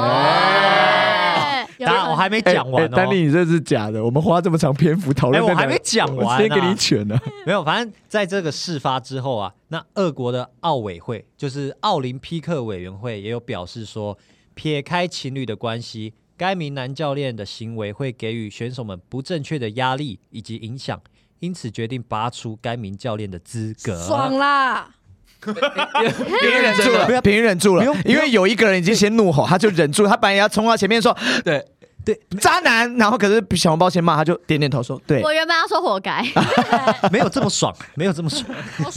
S4: 有
S3: 答，我还没讲完
S1: 哎
S3: 哦
S1: 哎。丹尼，你这是假的，我们花这么长篇幅讨论
S3: 哎
S1: 这
S3: 我
S1: 个，
S3: 还没讲完啊
S1: 我先给你卷 呢。
S3: 没有，反正在这个事发之后啊，那俄国的奥委会，就是奥林匹克委员会，也有表示说，撇开情侣的关系，该名男教练的行为会给予选手们不正确的压力以及影响，因此决定拔除该名教练的资格。
S4: 爽啦，
S1: 别人忍住
S3: 不
S1: 了，
S3: 要
S1: 别人忍住了
S3: 不用，
S1: 因为有一个人已经先怒吼，他就忍住，他本来要冲到前 面说
S2: 对，
S1: 渣男，然后可是小红包先骂，他就点点头说
S3: 哎
S1: 对。
S5: 我原本要说活该，
S3: 啊没有这么爽，没有这么爽。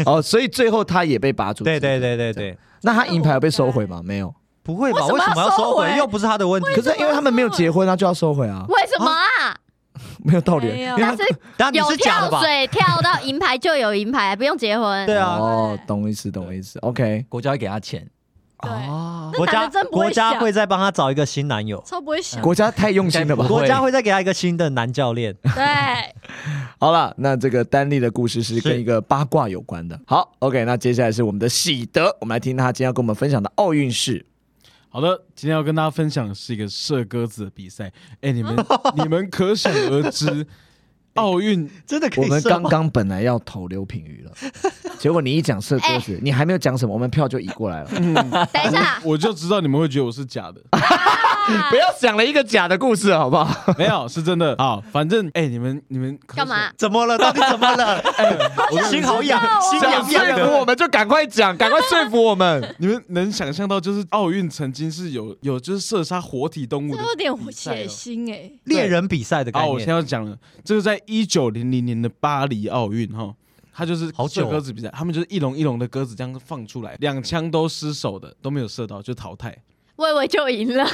S1: 哦，所以最后他也被拔出。
S3: 对对对对对，
S1: 那他银牌有被收回吗？没有。
S3: 不会吧？为
S4: 为
S3: 什
S4: 什
S3: 么
S4: 么
S3: 要
S4: 要
S3: 收
S4: 收
S3: 回？
S4: 回
S3: 又不是他的问题。
S1: 可是因为他们没有结婚啊，就要收回啊，
S5: 为什么啊？
S1: 没有道理。
S4: 没
S1: 因
S4: 有
S1: 为他
S5: 但是
S3: 当啊然你
S5: 有
S3: 是假的吧
S5: 跳？水跳到银牌就有银牌，不用结婚。
S2: 哦
S3: 对啊，
S1: 哦哦，懂意思，懂意思。OK，
S2: 国家会给他钱，
S4: 对，
S2: 哦，
S4: 那
S3: 国
S4: 打
S3: 家
S4: 得 真不会
S3: 国家
S4: 想
S3: 会再帮他找一个新男友，
S4: 超不会想。
S1: 国家太用心了吧
S2: 应该？不
S3: 国
S2: 会
S3: 家会再给他一个新的男教练。
S4: 对，
S1: 好了，那这个丹利的故事是跟
S3: 是
S1: 一个八卦有关的。好，OK，那接下来是我们的喜德，我们来听他今天要跟我们分享的奥运事。
S6: 好的，今天要跟大家分享的是一个射鸽子的比赛。哎，你 们你们可想而知，
S5: 哎
S6: 奥运
S3: 真的可
S1: 我
S3: 以
S1: 们
S3: 射
S1: 刚
S3: 吗？
S1: 刚本来要投刘品 瑜了，结果你一讲射鸽子，你还没有讲什么，我们票就移过 来了。
S3: 啊
S5: 等一下，
S3: 嗯
S6: 我就知道你们会觉得我是假的，
S1: 不要讲了一个假的故事，好不好？
S6: 没有是真的。好，反正哎，你们你们可
S5: 干嘛？
S3: 怎么了？到底怎么 了？我心好痒，心
S1: 想
S3: 痒痒
S1: 说服我
S3: 的。
S1: 们就 赶快讲，赶快说服我们。
S6: 你们能想象到，就是奥运曾经是有有就是射杀活体动物
S4: 这
S6: 的
S4: 有点
S6: 比赛
S4: 血
S6: 哦
S4: 腥哎。
S3: 猎人比赛的概
S6: 好，哦我现在
S3: 念，
S6: 要讲了，这个在一九零零年的巴黎奥运哈，它就是
S3: 好久
S6: 射
S3: 哦
S6: 鸽子比赛，他们就是一笼一笼的鸽子这样放出来，两枪都失手的，都没有射到就淘汰，
S5: 魏魏就赢了，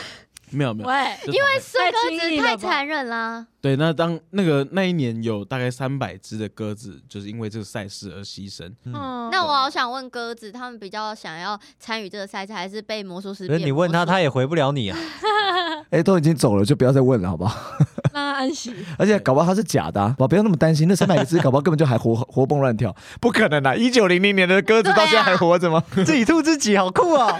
S6: 没有没有，
S4: 喂，
S6: 因为
S5: 这
S4: 太
S5: 鸽
S4: 轻
S5: 子
S4: 易
S5: 太
S4: 了吧
S5: 残忍啦。
S6: 对，那当那个那一年有大概三百只的鸽子，就是因为这个赛事而牺牲。
S3: 嗯，
S4: 嗯
S5: 那我好想问鸽子，他们比较想要参与这个赛事，还是被魔术师
S3: 可是
S5: 变魔术？
S3: 你问他，他也回不了你啊。
S1: 哎，都已经走了，就不要再问了，好不 好？
S4: 让他安息。
S1: 而且搞不好他是假的、啊，哇不要那么担心。那三百个 字，搞不好根本就还活活蹦乱跳，不可能啊！一九零零年的鸽子到现在还活着吗？
S3: 自己吐自己，好酷哦！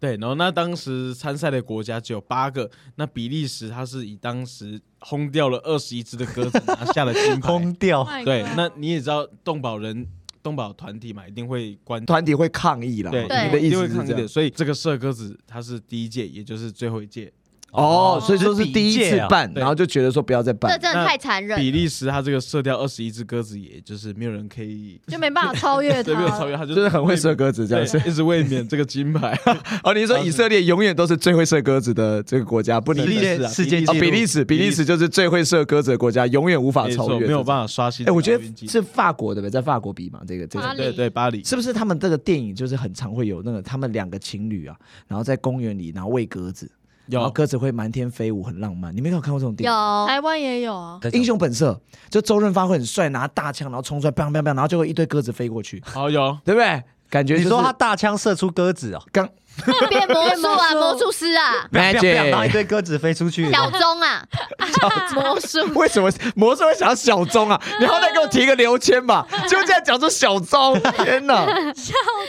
S6: 对，然后那当时参赛的国家只有八个，那比利时它是以当时轰掉了二十一只的鸽子拿下了金牌
S3: 空。掉。
S4: My
S6: 哦对
S4: God，
S6: 那你也知道动保人动保团体嘛，一定会 关
S1: 团体会抗议啦。
S6: 对，
S5: 对
S1: 你的意
S6: 一定
S1: 思
S6: 会
S1: 是
S6: 抗
S1: 这
S6: 议的。
S1: 样？
S6: 所以这个射鸽子它是第一届，也就是最后一届。
S1: 哦，所以说是
S3: 是
S1: 第一次办，
S6: 对
S1: 然后就觉得说不要再
S5: 这
S1: 办。
S5: 真的太残忍
S6: 比
S5: 了。
S6: 利时它这个射掉二十一只鸽子，也就是没有人可以
S4: 就没办法超 越他
S6: 随便
S5: 啊
S6: 超
S4: 了。
S6: 越它，就
S1: 就是很会射鸽子这样
S6: 对
S1: 子，
S6: 一直卫冕这个金牌。
S1: 哦，你是说以色列永远都是最会射鸽子的这个国家，不能
S6: 比利时啊
S1: 哦
S3: 世界纪录
S1: 比利时，比利时就是最会射鸽子的国家，永远无法
S6: 没
S1: 超
S6: 错，
S1: 越，
S6: 没有办法刷新
S1: 法
S6: 这
S1: 哎，
S6: 个
S1: 我
S6: 奥运纪
S1: 觉
S6: 录。
S1: 得是法国对不对？在法国比嘛，这个这个
S5: 巴黎
S6: 对对巴黎，
S1: 是不是他们这个电影就是很常会有那个他们两个情侣啊，然后在公园里然后喂鸽子，然后鸽子会满天飞舞，很浪漫。你们有看过这种 电影？
S5: 有哎
S4: 台湾也有啊，
S1: 英雄本色就周润发会很帅，拿大枪然后冲出来，砰砰砰，然后就会一堆鸽子飞过去，
S6: 好有
S1: 对不对？感觉、就
S3: 你
S1: 是、
S3: 说他大枪射出鸽子哦，
S1: 刚
S5: 变魔术啊，
S4: 变魔术
S5: 魔术师啊，
S3: 然后一
S1: magic
S3: 堆鸽子飞出 去，
S5: 小钟啊， 魔术
S1: 为什么魔术会想要小钟啊？
S5: 嗯
S1: 你好歹给我提个刘谦 吧，就这样讲出小钟，天哪！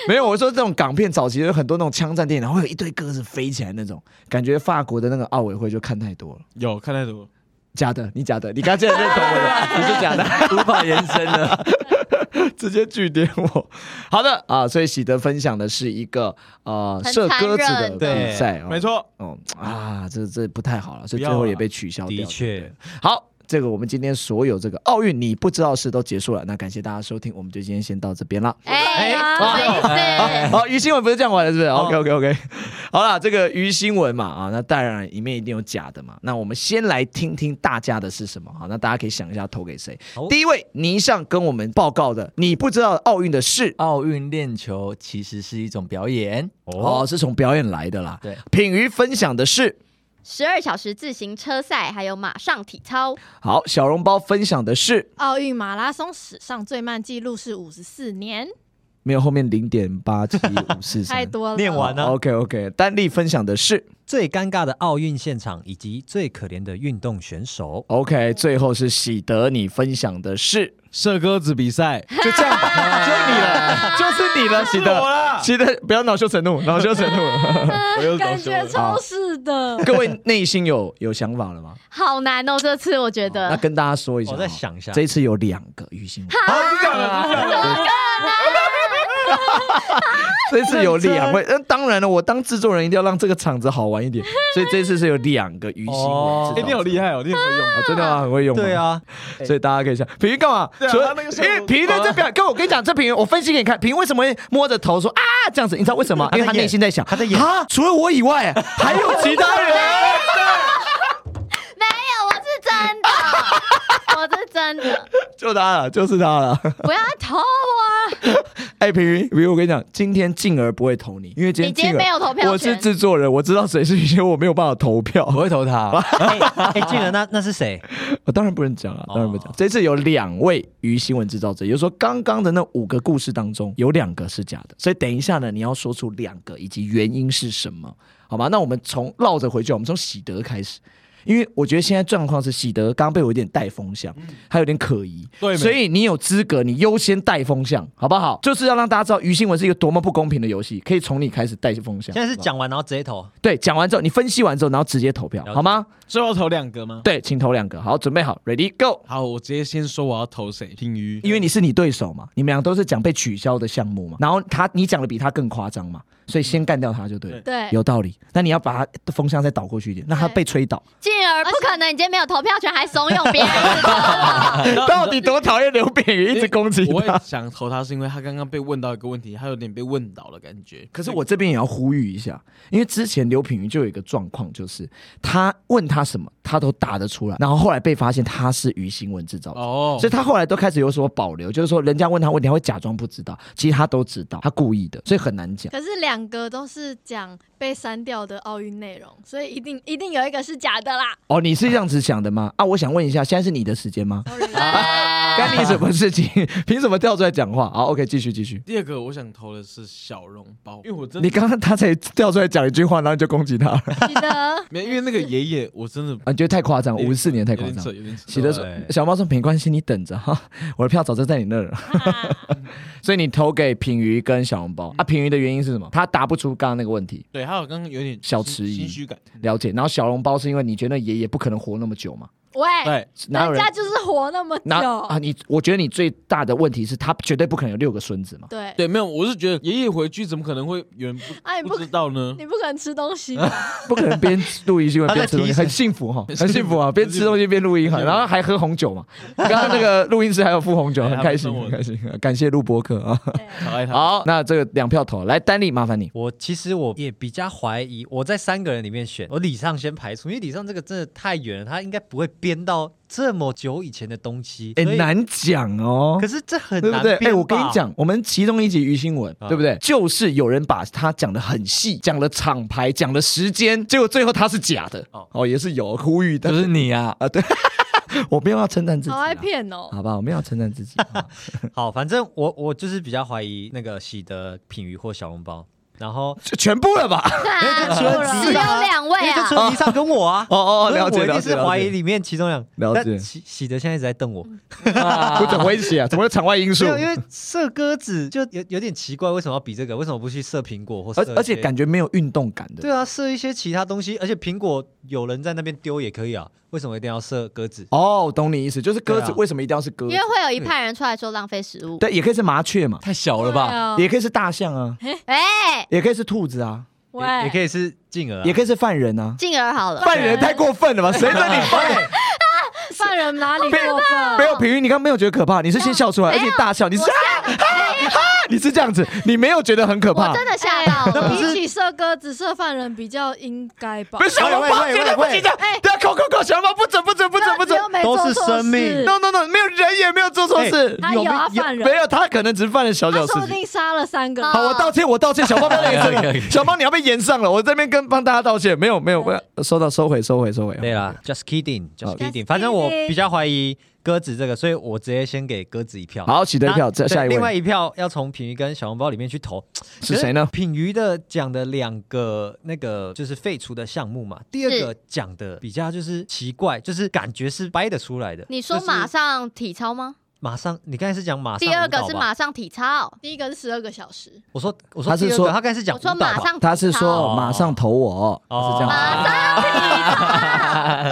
S1: 没有，我说这种港片早期有很多那种枪战电影，然后会有一堆鸽子飞起来那种，感觉法国的那个奥委会就看太多了。
S6: 有看太多，
S1: 假的，你假的，哦哎你刚才认同 我 了，你是假的，
S3: 无法延伸了。
S1: 直接据点我。好的啊，所以喜德分享的是一个呃
S5: 很
S1: 射鸽子
S5: 残
S1: 的
S5: 忍
S1: 比赛，哦
S6: 没。错，
S1: 哦啊，这这不太好了，所以
S6: 不
S1: 最
S6: 要
S1: 后也
S6: 了
S1: 被取消掉。
S3: 的确，
S1: 好，这个我们今天所有这个奥运你不知道的事都结束了，那感谢大家收听，我们就今天先到这边了。
S3: 哎
S5: 哎，什么意思？
S1: 好，于新闻不是这样玩的，是不是？OK OK OK。好啦，这个于新闻嘛，啊，那当然里面一定有假的嘛。那我们先来听听大家的是什么，啊好，那大家可以想一下投给谁
S3: 好。
S1: 第一位，倪尚跟我们报告的，你不知道奥运的事。
S2: 奥运链球其实是一种表演，
S1: 哦，是从表演来的啦。
S2: 对，
S1: 品瑜分享的是，
S5: 十二小时自行车赛，还有马上体操，
S1: 好，小笼包分享的是，
S4: 奥运马拉松史上最慢纪录是五十四年，
S1: 没有后面零点八七五四
S4: 太
S1: 三。
S4: 多了。
S3: 念完了
S1: OK OK，丹丽分享的是
S3: 最尴尬的奥运现场以及最可怜的运动选手，
S1: OK，最后是喜德，你分享的是，
S6: 射鸽子比赛，
S1: 就这样吧， 就你了，就是你了，喜
S6: 我
S1: 德，
S6: 啦，
S1: 喜德，不要恼羞成 怒，恼羞成怒。
S6: 我又
S4: 感
S6: 搞笑
S4: 觉
S6: 了。
S4: 超是 的。
S1: 各位内心有有想法了吗？
S5: 好难哦，这次我觉
S1: 好那
S5: 得。
S1: 跟大家说一下，啊
S3: 我再想一下
S1: 这一次有两个于心，这次有两位，那当然了，我当制作人一定要让这个场子好玩一点，所以这次是有两个于心啊
S3: 哦
S1: 文
S6: 哎，
S1: 制造
S6: 你好
S1: 者。
S6: 厉害哦，你很会用。
S1: 啊真的吗？很会用吗
S3: 对，啊，
S1: 所以大家可以想，平云干嘛？
S6: 对啊
S1: 除了
S6: 他那个时
S1: 因
S6: 候
S1: 为平云在这边，跟我跟你讲，这平云我分析给你看，平云为什么会摸着头说啊这样子？你知道为什么？因为他内心在想，
S3: 他在演
S1: 啊，除了我以外，还有其他人。
S5: 没有，我 是真的，我是真的，
S1: 就他了，就是他了。
S5: 不要投我。
S1: 哎，平云，平云，我跟你讲，今天静儿不会投你，因为今
S5: 你
S1: 天
S5: 今天
S1: 静
S5: 没
S1: 儿，
S5: 有投票
S1: 我是
S5: 权，
S1: 制作人，我知道谁是鱼仙，我没有办法投票，
S2: 我会投他。
S3: 哎哎，静儿，那那是谁？
S1: 我呃当然不能讲啊了，当然不能讲。
S3: 哦
S1: 这次有两位鱼新闻制造者，也就是说，刚刚的那五个故事当中有两个是假的，所以等一下呢，你要说出两个以及原因是什么，好吗？那我们从绕着回去，我们从喜德开始。因为我觉得现在状况是喜德刚刚被我有点带风向，
S3: 嗯
S1: 还有点可疑，
S6: 对没
S1: 所以你有资格，你优先带风向，好不好？就是要让大家知道鱼新闻是一个多么不公平的游戏，可以从你开始带风向。
S3: 现在是
S1: 好不好
S3: 讲完然后直接投，
S1: 对，讲完之后你分析完之后，然后直接投票
S3: 了，解
S1: 好吗？
S6: 最后投两个吗？
S1: 对，请投两个，好，准备好，ready go。
S6: 好，我直接先说我要投谁，平鱼，
S1: 因为你是你对手嘛，你们俩都是讲被取消的项目嘛，然后他你讲的比他更夸张嘛，所以先干掉他就对了。
S4: 对，
S1: 有道理，那你要把他的风向再倒过去一点，让他
S4: 对
S1: 被吹倒。
S5: 进而不可能，你今天没有投票权，还怂恿别人一 直投我
S1: 到底多讨厌刘炳宇，一直攻击
S6: 哎我会
S1: 他？
S6: 想投他是因为他刚刚被问到一个问题，他有点被问倒的感觉。
S1: 可是我这边也要呼吁一下，因为之前刘品瑜就有一个状况，就是他问他什么，他都答得出来，然后后来被发现他是于新闻制造者。
S6: 哦
S1: 所以，他后来都开始有所保留，就是说，人家问他问题，他会假装不知道，其实他都知道，他故意的，所以很难讲。
S4: 可是两个都是讲被删掉的奥运内容，所以一定一定有一个是假的啦。
S1: 哦，你是这样子想的吗？啊，我想问一下，现在是你的时间吗？
S5: 哎
S1: 干你什么事情？ 凭什么跳出来讲话？好，OK，继续继续。
S6: 第二个我想投的是小笼包，因为我真
S1: 你
S6: 的
S1: 刚刚他才跳出来讲一句话，然后你就攻击他 了，
S4: 记得
S6: 没，因为那个爷爷我真的
S1: 啊，你觉得太夸张，
S6: 有点
S1: 五十四年太
S6: 有
S1: 夸
S6: 点扯，
S1: 张。
S6: 有点扯。
S1: 喜德说：“小猫说没关系，你等着哈， 我的票早就在你那儿 了。
S4: 啊
S1: 所以你投给品鱼跟小笼包啊。品鱼的原因是什么？他答不出刚刚那个问题，
S6: 对，他有刚刚有点
S1: 小
S6: 心
S1: 迟疑
S6: 心虚感。
S1: 了解。然后小笼包是因为你觉得爷爷不可能活那么久嘛？
S4: 喂，
S6: 对，
S1: 哪有
S4: 人
S1: 人
S4: 家就是活那么
S1: 哪啊？
S4: 久，
S1: 你我觉得你最大的问题是他绝对不可能有六个孙子嘛。
S4: 对，
S6: 对，没有，我是觉得爷爷回去怎么可能会有人
S4: 啊，你
S6: 不不
S4: 不
S6: 知道呢？
S4: 你不可能吃东西吧，
S1: 不可能边录音新闻
S3: 他在
S1: 边吃东西，
S3: 提神
S1: 很幸福 哈，很幸福啊！边吃东西边录音哈，
S6: 很幸福
S1: 然后还喝红酒嘛。刚刚那个录音师 还有付红酒，
S6: 哎
S1: 很开
S6: 他
S1: 心，
S6: 们送我
S1: 很
S6: 的
S1: 开心。感谢录播客啊！
S4: 对
S6: 好爱他，
S1: 好，那这个两票投来，丹力麻烦你。
S3: 我其实我也比较怀疑，我在三个人里面选，我李尚先排除，因为李尚这个真的太远了，他应该不会编到这么久以前的东西。
S1: 哎，
S3: 所以，
S1: 难讲哦
S3: 可。是这很
S1: 对不
S3: 难
S1: 对？哎，
S3: 编
S1: 我跟你
S3: 吧，
S1: 讲，我们其中一集于新闻，
S3: 啊
S1: 对不对？就是有人把他讲的很细，讲了厂牌，讲了时间，结果最后他是假的。
S3: 哦
S1: 哦，也是有呼吁
S2: 就
S1: 的，
S2: 是你啊，
S1: 我没有要称赞自己
S4: 好
S1: 啊
S4: 爱，骗哦。
S1: 好吧，我没有要称赞自己。啊
S3: 好，反正我我就是比较怀疑那个喜德、品鱼或小笼包，然后
S1: 就全部了吧？
S3: 就除了
S5: 只有
S3: 你啊
S5: 两位
S3: 因为就
S5: 啊
S3: 除，了李尚跟我啊。
S1: 哦哦，
S3: 所以
S1: 了解
S3: 我一
S1: 了
S3: 定
S1: 解。
S3: 是
S1: 了
S3: 怀
S1: 解
S3: 疑里面其中两，
S1: 了解嗯
S3: 但喜喜德现在一直在瞪我，
S1: 不怎么会写啊？怎么会场外因素
S3: 没？有，因为射鸽子就有有点奇怪，为什么要比这个？为什么不去射苹果或射
S1: 而
S3: 一些？
S1: 而且感觉没有运动感的。
S3: 对啊，射一些其他东西，而且苹果有人在那边丢也可以啊，为什么一定要射鸽子？
S1: 哦，懂你意思，就是鸽子
S3: 对啊
S1: 为什么一定要是鸽子
S5: 因为？会有一派人出来说浪费食物。
S1: 对，也可以是麻雀嘛，
S2: 太小了
S4: 对
S2: 吧？
S4: 啊
S1: 也可以是大象啊，
S5: 哎，
S1: 也可以是兔子啊，
S3: 也也可
S4: 喂，
S3: 以是静儿、啊，
S1: 也可以是犯人啊。
S5: 进而好了，
S1: 犯人太过分了吧？谁准你犯 人？
S4: 犯人哪里过
S1: 没
S4: 分？
S1: 有，平云，你刚刚没有觉得可怕，你是先笑出来，而
S5: 没有
S1: 且大笑，你是啊啊啊，你是这样子，你没有觉得很可怕
S5: 我。真的吓到
S4: 那
S5: 了
S4: 比。起射鸽子，射犯人比较应该吧
S1: 不？是小笼包，
S3: 喂喂喂
S1: 绝对不行的
S4: 喂！
S1: 不要扣扣扣，小笼包不准不准不准不准
S4: 那你又没做
S3: 都是
S4: 错
S3: 生命
S4: 事
S1: ！No No No，没有人也没有做
S2: 哎
S1: 错事，
S4: 他有啊，犯人
S1: 没，有他可能只是犯了小
S4: 他
S1: 小事
S4: 说不
S1: 情。
S4: 定杀了三个人。
S1: 好，我道歉，我道歉，小猫不要那 个
S2: 可以可以
S1: 真
S2: 可
S1: 的，小猫你要被延上了，我这边跟帮大家道歉，没有没有，我要收到，收回，收回，收回。
S3: 对啦
S1: Just
S3: ，just kidding，just
S4: kidding
S3: kidding，反正我比较怀疑鸽子这个，所以我直接先给鸽子一票。
S1: 好，取得
S3: 那，
S1: 一票，再
S3: 对
S1: 下一
S3: 另外
S1: 位
S3: 一票要从品鱼跟小笼包里面去投，
S1: 是谁呢
S3: 可？品鱼的讲的两个那个就是废除的项目嘛，第二个讲的比较就是奇怪，就是感觉是掰得出来的。
S5: 你说
S3: 就是
S5: 马上体操吗？
S3: 马上，你刚才是讲马上，
S5: 第二个是，马上体操，
S4: 第一个是十二个小时，
S3: 我说我说
S1: 他是
S3: 第二个
S1: 说
S3: 他刚才是讲
S5: 我
S3: 舞蹈
S5: 说马
S3: 吧，
S5: 上体操
S1: 他是说
S3: 哦
S1: 马上投我，
S3: 哦
S1: 是这样
S5: 马
S1: 吗。
S5: 上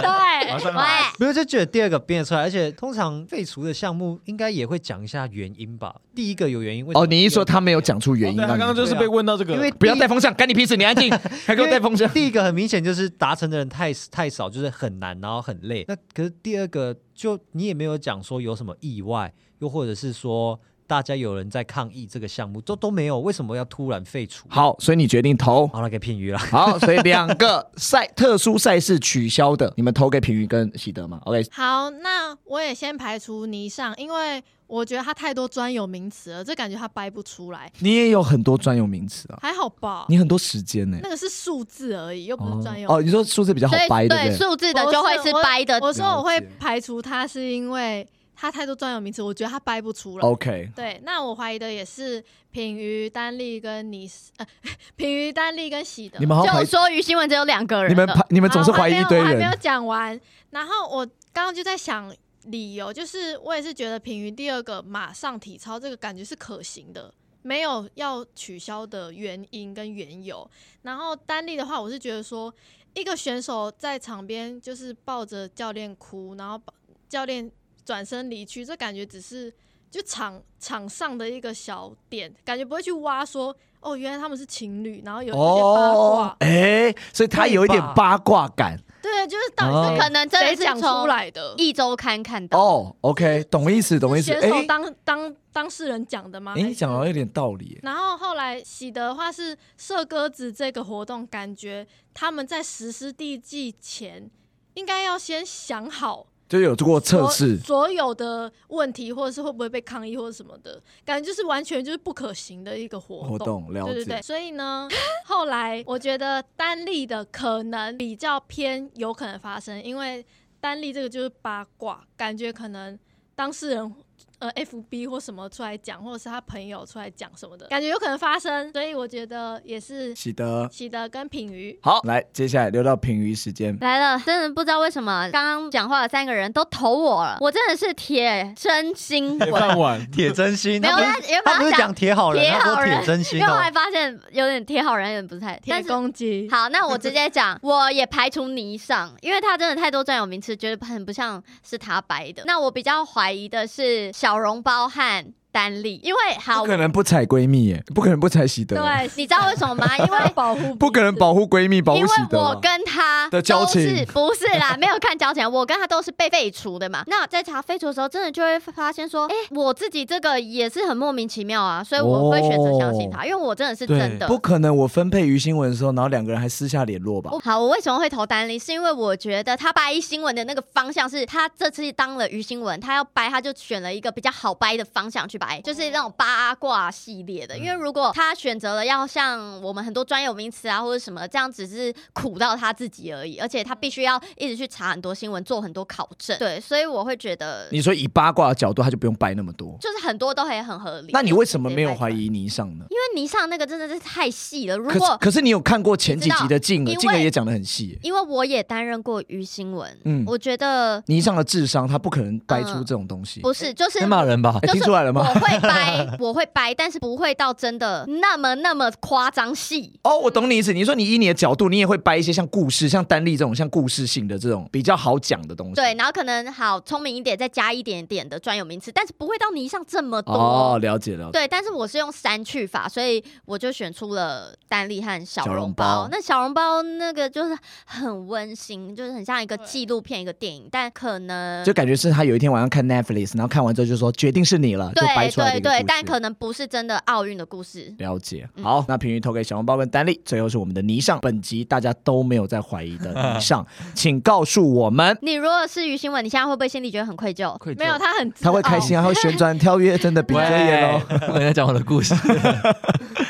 S4: 对，
S5: 体操，喂，
S3: 没有就觉得第二个编得出来，而且通常废除的项目应该也会讲一下原因吧。第一个有原因，为什么
S1: 哦，你一说他没有讲出原因，
S6: 哦对他刚刚就是被问到这个，
S3: 因为
S1: 不要带风向，干你屁事，你安静，还给我带风向。
S3: 第一个很明显就是达成的人太太少，就是很难，然后很累。那可是第二个就你也没有讲说有什么意外，又或者是说大家有人在抗议这个项目，都都没有，为什么要突然废除？
S1: 好，所以你决定投。
S3: 好了，给品鱼了。
S1: 好，所以两个赛特殊赛事取消的，你们投给品瑜跟喜德嘛？OK，
S4: 好，那我也先排除泥上，因为我觉得它太多专有名词了，这感觉它掰不出来。
S1: 你也有很多专有名词啊，
S4: 还好吧，
S1: 你很多时间呢、
S4: 那个是数字而已，又不是专有。
S1: 哦，你说数字比较好
S5: 所以
S1: 掰，对
S5: 对
S1: 不对？
S5: 数字的就会是掰的
S4: 我。我说我会
S6: 了解
S4: 排除它，是因为它太多专有名词，我觉得它掰不出来。
S1: OK，
S4: 对，那我怀疑的也是品鱼、丹利跟尼斯，呃， 品鱼、丹利跟喜德。
S1: 你们好像
S5: 就
S1: 排，
S5: 说于新闻只有两个人了，
S1: 你们排，你
S4: 你
S1: 们总是怀疑一堆
S4: 我还啊没有
S1: 人。
S4: 讲完，然后我刚刚就在想理由，就是我也是觉得品鱼第二个马上体操这个感觉是可行的，没有要取消的原因跟缘由。然后丹利的话，我是觉得说，一个选手在场边就是抱着教练哭，然后抱教练转身离去，这感觉只是就场场上的一个小点，感觉不会去挖说哦，原来他们是情侣，然后有一些八卦。
S1: 哦，哎，所以他有一点八卦感
S4: 对，就是到底
S5: 可能真
S4: 谁谁
S5: 的是
S4: 讲
S5: 从
S4: 出来的？
S5: 一周刊看到。
S1: 哦。OK，懂意思，懂意思。
S4: 选手
S1: 哎，
S4: 当当当事人讲的吗？
S1: 哎，
S4: 还
S1: 你
S4: 是
S1: 讲到有点道理耶。
S4: 然后后来喜德的话是射鸽子这个活动，感觉他们在实施地季前应该要先想好
S1: 就有做过测
S4: 所
S1: 试，
S4: 所有的问题，或者是会不会被抗议或者什么的，感觉就是完全就是不可行的一个活
S1: 活动了
S4: 对对
S1: 解
S4: 对，所以呢， 后来我觉得单利的可能比较偏有可能发生，因为单利这个就是八卦，感觉可能当事人呃 FB 或什么出来讲，或者是他朋友出来讲什么的，感觉有可能发生，所以我觉得也是
S1: 喜德。
S4: 喜德跟品瑜
S1: 好，来，接下来留到评语时间。
S5: 来了，真的不知道为什么刚刚讲话的三个人都投我了，我真的是铁真心
S6: 铁饭
S5: 我。
S6: 碗，
S3: 铁真心，
S5: 没有，
S3: 他
S5: 他
S3: 不是
S5: 原
S3: 他不
S5: 本
S3: 是
S5: 要
S3: 讲铁好人，
S5: 铁
S3: 他
S5: 好
S3: 说
S5: 人
S3: 铁真
S5: 因
S3: 心
S5: 为我
S3: 哦
S5: 还。发现有点铁好人有点不太，
S4: 铁
S5: 但是
S4: 公鸡，
S5: 好，那我直接讲，我也排除泥上，因为他真的太多专有名词，觉得很不像是他掰的。那我比较怀疑的是小笼包和丹力，因为好
S1: 不，可能不踩闺蜜耶，不可能不踩喜德，
S4: 对，
S5: 你知道为什么吗？因
S4: 因为
S5: 为
S4: 保护
S1: 不可能保护闺蜜，保
S5: 因
S1: 护
S5: 为
S1: 喜德
S5: 我
S1: 吧。
S5: 跟他
S1: 的交情
S5: 都是不是啦，没有看交情，啊我跟他都是被废除的嘛。那在查废除的时候，真的就会发现说，哎、我自己这个也是很莫名其妙啊，所以我会选择相信他，因为我真的是真的
S1: 不。可能，我分配于新闻的时候，然后两个人还私下联络吧
S5: 我？好，我为什么会投单立？是因为我觉得他掰新闻的那个方向是，他这次当了于新闻，他要掰，他就选了一个比较好掰的方向去
S1: 嗯
S5: 掰，就是那种八卦系列的。因为如果他选择了要像我们很多专有名词啊或者什么，这样只是苦到他自己而已，而且他必须要一直去查很多新闻，做很多考证。对，所以我会觉得
S1: 你说以八卦的角度，他就不用掰那么多。
S5: 就是很多都还很合理。
S1: 那你为什么没有
S5: 直接掰出
S1: 怀
S5: 来？
S1: 疑倪尚呢？
S5: 因为泥上那个真的是太细了，如
S1: 可是
S5: 果。
S1: 可是你有看过前几
S5: 你知
S1: 集
S5: 道
S1: 的静儿，
S5: 因为
S1: 静儿也讲得很细耶。
S5: 因为我也担任过于新闻，
S1: 嗯
S5: 我觉得
S1: 倪尚的智商，他不可能掰出这种东西。
S5: 嗯不是，就是
S3: 先骂人吧
S1: 哎，，
S5: 就是
S1: 听出来了
S5: 我
S1: 吗？
S5: 会掰， 我会掰，但是不会到真的那么那么夸张细。
S1: 哦，我懂你意思。你说你以你的角度，你也会掰一些像故事、像单例这种像故事性的这种比较好讲的东西。
S5: 对，，然后可能好聪明一点，再加一点点的专有名词，但是不会到泥上这么多。
S1: 哦，了解了解。
S5: 对，但是我是用删去法，所以我就选出了丹丽和小
S1: 小
S5: 笼
S1: 笼
S5: 包
S1: 包。
S5: 那小笼包那个就是很温馨，就是很像一个
S4: 对
S5: 纪录片一个电影，但可能
S1: 就感觉是他有一天晚上看 Netflix，然后看完之后就说决定是你了，就掰
S5: 对
S1: 出来的
S5: 对
S1: 一个故
S5: 对
S1: 事，
S5: 但可能不是真的奥运的故事。
S1: 了解，
S5: 嗯
S1: 好，那评语投给小红包跟丹力，最后是我们的倪尚，本集大家都没有在怀疑的倪 尚，请告诉我们，
S5: 你如果是于新闻，你现在会不会心里觉得很愧疚？
S2: 愧 疚
S4: 没有，他很自
S1: 他会开心啊，他会旋
S5: 哦
S1: 转跳跃，真的闭着眼哦。
S2: 我跟他讲我的故事。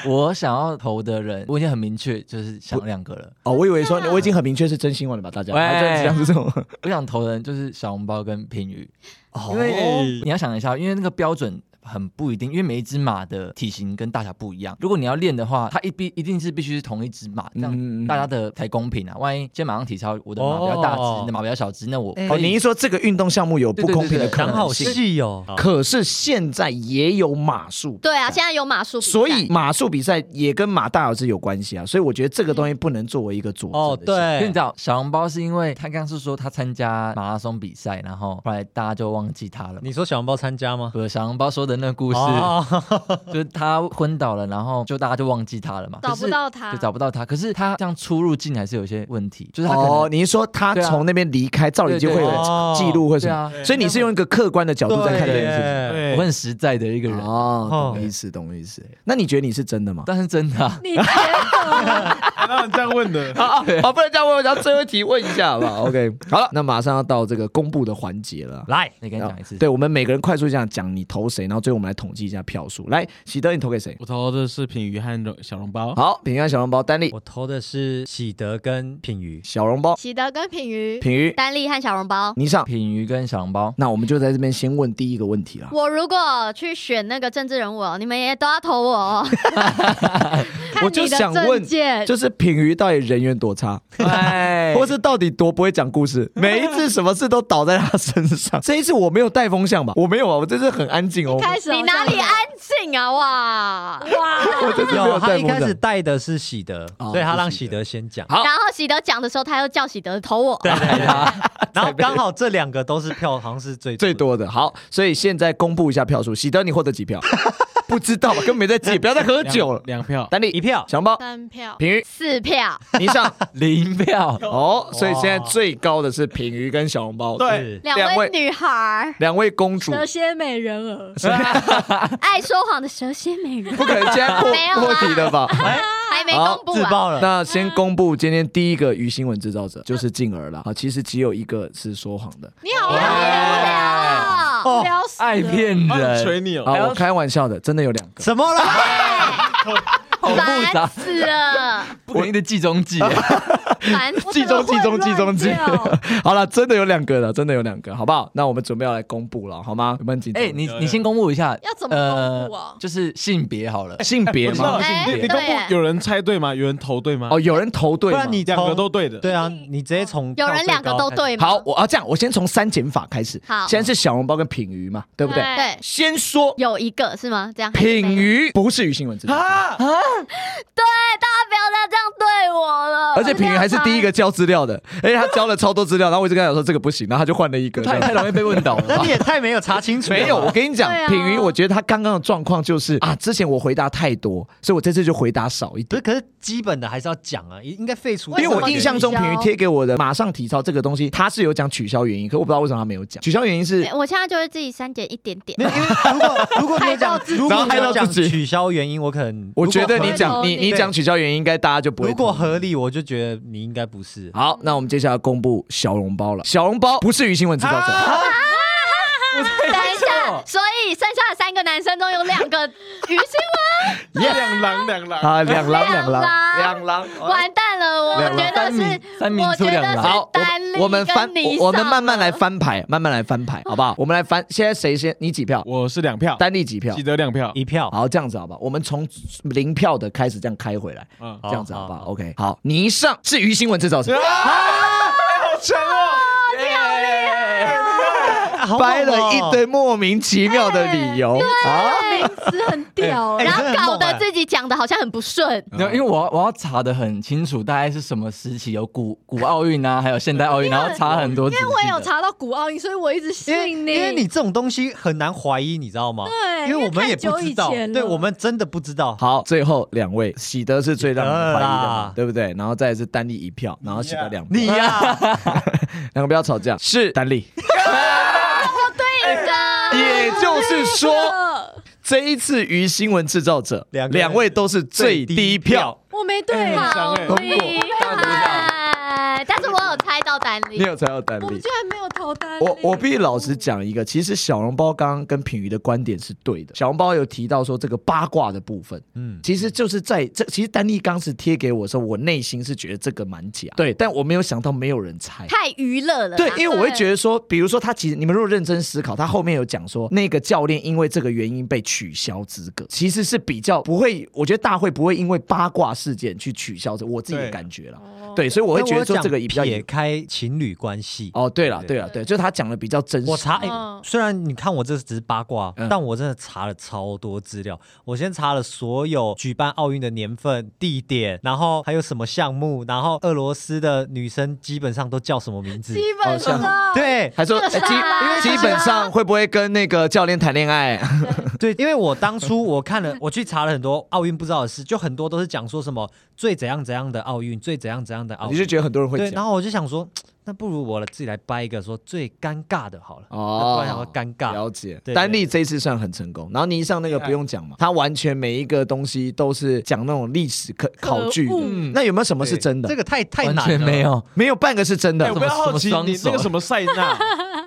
S2: 我想要投的人，我已经很明确，就是想两个了。
S1: 哦，我以为说
S5: 啊
S1: 我已经很明确是真新闻了吧，大家，
S2: 喂
S1: 好像这样是这种，
S2: 我想投的人就是小笼包跟平鱼，
S1: 哦
S2: 因为你要想一下，因为那个标准很不一定，因为每一只马的体型跟大小不一样。如果你要练的话，它一必一定是必须是同一只马，这
S1: 嗯嗯嗯
S2: 样大家的才公平啊。万一今天马上体操，我的马比较大只，
S3: 哦
S2: 你的马比较小只，那我
S3: 哎
S1: 哦，
S2: 可
S1: 你一
S2: 以。
S1: 说这个运动项目有不公平的
S2: 嗯对对对对
S1: 可
S3: 讲好
S1: 能性，
S3: 细哦。
S1: 可是现在也有马术，
S5: 对啊，现在有马术比赛，
S1: 哎所以马术比赛也跟马大小是有关系啊，所以我觉得这个东西不能作为一个佐
S3: 哦，
S1: 证的项目
S2: 因为你
S3: 对
S2: 知，道小笼包是因为他刚刚是说他参加马拉松比赛，然后后来大家就忘记他了。
S3: 你说小笼包参加吗？
S2: 不是小笼包说的那个故事，
S3: 哦
S2: 就是他昏倒了，然后就大家就忘记他了嘛，
S4: 找不到他
S2: 就找不到他。可是他这样出入境还是有一些问题，就是他可能、
S1: 哦，你是说他
S2: 对啊
S1: 从那边离开，照理就会
S2: 对对
S1: 有
S3: 对
S1: 记录或什
S2: 对
S1: 么，
S2: 啊，
S1: 所以你是用一个客观的角度在看这件事情。
S3: 对耶
S6: 对
S2: 我很实在的一个人，
S1: 哦，
S3: 哎哦
S1: 懂意思，懂意思。那你觉得你是真的吗？
S2: 但是真的、啊，
S4: 你觉得
S6: 哪有这样问的？
S1: 啊啊！好，不能这样问，我想最后一题问一下好不好 ？OK，好了，那马上要到这个公布的环节了。
S3: 来，
S2: 你跟你讲一次，
S1: 对，我啊们每个人快速这样讲你投谁，然后最后我们来统计一下票数。来，喜德，你投给谁？
S6: 我投的是品鱼和小笼包。
S1: 好，平安小笼包，丹力
S3: 我投的是喜德跟品瑜。
S1: 小笼包，
S4: 喜德跟品瑜，
S1: 品鱼
S5: 丹力和小笼包。
S1: 你上。
S2: 品鱼跟小笼包，
S1: 那我们就在这边先问第一个问题了。
S5: 我如果去选那个政治人物哦，你们也都要投我哦。
S4: 看
S1: 我
S4: 你
S1: 就
S4: 的
S1: 想问
S4: 证件，
S1: 就是品鱼到底人缘多差，
S2: 哎
S1: 或是到底多不会讲故事？每一次什么事都倒在他身上。这一次我没有带风向吧？我没有啊，我这次很安静哦。
S4: 开始
S5: 你哪里
S4: 按
S5: 安静啊？哇！
S4: 哇？
S1: 我这 次没
S3: 有，
S1: 带
S3: 他
S1: 风
S3: 一开始
S1: 向。
S3: 带的是喜德，
S1: 哦
S3: 所以他让
S1: 是喜
S3: 喜
S1: 德
S3: 德 先讲。
S1: 好
S5: 然后喜德讲的时候，他又叫喜德投我。
S3: 对对对对， 然后刚好这两个都是票，好像是最
S1: 最多的好，所以现在公布一下票数，喜德你获得几票？不知道吧，根本没在记，不要再喝酒了。
S6: 两票。
S1: 丹力
S3: 一票
S1: 小笼包，
S4: 三票，
S1: 品鱼
S5: 四票，
S1: 你上
S2: 零票，
S1: 哦，所以现在最高的是品鱼跟小笼包，
S6: 对，
S3: 是
S5: 两
S1: 两位
S5: 位女孩 儿，
S1: 两位公主，
S4: 蛇蝎美 人儿，
S5: 爱说谎的蛇蝎美人
S1: 不可能现在破
S5: 没有啦啊
S1: 破题了吧？
S5: 还没
S1: 好
S5: 公布
S3: 自
S5: 啊。
S3: 爆了。
S1: 那先公布今天第一个鱼新闻制造者就是静儿了。好，其实只有一个是说谎的。
S4: 你好
S5: 无聊啊
S3: 哦
S4: 无聊死了
S2: 爱骗
S6: 他
S2: 人，
S6: 锤你哦！
S1: 啊，我开玩笑的，真的有两个。
S3: 什么啦？
S2: 好复
S5: 烦
S2: 杂，
S5: 死了，
S2: 不可逆的计中 计，
S5: 烦死
S1: 计中计中计中计
S4: 我怎么会乱掉，
S1: 好了，真的有两个了，真的有两个，好不好？那我们准备要来公布了，好吗？有没有很紧张？
S2: 哎，你你先公布一下，
S4: 要怎么公布啊
S2: 呃就是性别好了，
S1: 性别
S6: 知道
S1: 吗？
S5: 哎，
S6: 你你
S5: 对
S6: 公
S5: 耶
S6: 布有人猜对吗？有人投对吗？
S1: 哦，，有人投对
S3: 不
S1: 吗
S3: 然你
S6: 两个
S3: 投
S6: 都对的。
S3: 对啊，你直接从
S5: 有人两个都对吗？
S1: 好，我啊这样，我先从三减法开始。
S5: 好
S1: 现在是小笼包跟品鱼嘛，对不对？
S5: 对，
S1: 先说
S5: 有一个是吗？这样还是没有
S1: 品鱼不是鱼新闻制造者，
S6: 啊，
S5: 对，大家啊不要再这样对我了。
S1: 而且品鱼还是第一个交资料的，而且他交了超多资料，然后我一直跟他讲说这个不行，然后他就换了一个。
S2: 太
S1: 这样
S2: 太容易被问倒 了
S3: 那
S2: 吧
S3: 你。也太没有查清楚了吧。
S1: 没有，我跟你讲
S4: 对，啊
S1: 品云，我觉得他刚刚的状况就是啊，之前我回答太多，所以我这次就回答少一点。
S3: 不是，可是基本的还是要讲啊，应应该废除。
S1: 因为
S4: 为什
S1: 我
S4: 么
S1: 印象中
S4: 取消
S1: 品云贴给我的马上体操这个东西，他是有讲取消原因，可我不知道为什么他没有讲。取消原因是
S5: 对，我现在就是自己删减一点点
S3: 没。有因为如果如果你有讲，
S1: 然
S3: 如果
S1: 后
S3: 你
S1: 害
S3: 有
S1: 到
S3: 讲
S1: 自己
S3: 取消原因，我可能
S1: 我觉得
S3: 如果
S1: 你
S3: 合
S1: 讲你
S4: 对
S1: 你讲取消原因，应该大家就不会。
S3: 如果合理，我就觉得你应该不是。
S1: 好，那我们接下来公布小笼包了。小笼包不是鱼新闻制造者，
S5: 等一下，所以剩下的三个男生中有两个于心
S6: 两狼两狼，
S1: 啊，两狼两狼
S5: 两
S1: 狼。
S5: 文完蛋了，我
S1: 两个
S5: 觉得
S2: 三
S5: 是
S2: 名，三名
S5: 我
S2: 出
S5: 觉
S2: 两
S5: 得是。
S2: 狼
S1: 好，
S5: 丹力
S1: 我我们翻
S5: 跟你，
S1: 我我们 慢慢来
S5: 上了
S1: 翻牌，慢慢来翻牌，好不好？我们来翻，现在谁先？你几票？
S6: 我是两票，
S1: 丹力几票
S6: 喜？得两票，
S3: 一票，
S1: 好，这样子好吧，我们从零票的开始这样开回来，
S6: 嗯，
S1: 这样子好不好
S3: 好
S1: ？OK，好，你一上是于新闻制造者，
S3: 啊好猛哦
S1: 掰了一堆莫名其妙的理由
S5: 哎
S1: 啊！
S4: 哎名字很屌
S3: 哎
S4: 哎
S5: 然
S3: 真
S5: 后
S3: 的很
S5: 搞
S3: 猛
S5: 得
S3: 哎
S5: 自己讲的好像很不顺。
S2: 没有，因为我要我要查的很清楚，大概是什么时期有古古奥运啊，还有现代奥运，然后查很多。因
S4: 因为我也有，查到古奥运，所以我一直
S3: 因为
S4: 信
S3: 因为你这种东西很难怀疑，你知道吗？
S4: 对，
S3: 因为我们
S4: 太
S3: 也
S4: 久
S3: 不知
S4: 以
S3: 道，
S4: 前了
S3: 对我们真的不知道。
S1: 好，最后两位，喜德是最让人怀疑的嘛
S3: 喜德啦，
S1: 对不对？然后再来是丹力一票，然后喜德两票，
S3: 你呀，
S1: 两个不要吵架，是丹力。
S5: 对的，
S1: 也就是说，
S4: 呃
S1: 这一次于新闻制造者
S3: 两个人
S1: 两位都是最低票，
S4: 我没
S3: 哎
S4: 对啊，
S5: 好
S6: 很
S1: 过
S5: 厉害！但是我有猜到丹
S1: 你
S5: 力，
S1: 有猜到丹
S4: 我们
S1: 力
S4: 居。然没有投单。
S1: 我我必须老实讲一个，其实小笼包刚刚跟品瑜的观点是对的。小笼包有提到说这个八卦的部分，
S3: 嗯，
S1: 其实就是在这，其实丹立刚是贴给我的时候，我内心是觉得这个蛮假，对，但我没有想到没有人猜。
S5: 太娱乐了啦。
S1: 对，因为我会觉得说，比如说他其实你们如果认真思考，他后面有讲说那个教练因为这个原因被取消资格，其实是比较不会，我觉得大会不会因为八卦事件去取消这，我自己的
S6: 对
S1: 感觉啦。
S4: 哦
S1: 对，所以我会
S3: 那
S1: 觉得说
S3: 哎讲
S1: 这个也比较
S3: 撇开非情侣关系。
S1: 哦，对了，对了，对，就是他讲的比较真实。
S3: 我查，哎、
S4: 嗯
S3: 虽然你看我这只是八卦，
S1: 嗯
S3: 但我真的查了超多资料。我先查了所有举办奥运的年份、地点，然后还有什么项目，然后俄罗斯的女生基本上都叫什么名字？
S4: 基本上
S3: 对
S1: 还说、
S4: 这是
S1: 哎
S4: 啊
S1: 基基本上会不会跟那个教练谈恋爱？
S3: 对，因为我当初 我看了，我去查了很多奥运不知道的事，就很多都是讲说什么最怎样怎样的奥运，最怎样怎样的 奥
S1: 你是
S3: 运。
S1: 觉得很多人会
S3: 哦对，然
S1: 讲？
S3: 后我就想说，那不如我自己来掰一个说最尴尬的好了。
S1: 哦
S3: 哦，突然想到尴尬，
S1: 了解，
S3: 对
S1: 丹利这一次算很成功。然后倪尚那个不用讲嘛，他完全每一个东西都是讲那种历史考考据的
S4: 可恶
S3: 嗯
S1: 那有没有什么是真的？
S3: 这个太太
S2: 完
S3: 难了，哎
S2: 全没有，
S1: 没有半个是真的
S6: 哎，。我不要好奇
S2: 什么
S6: 你那个什么塞纳，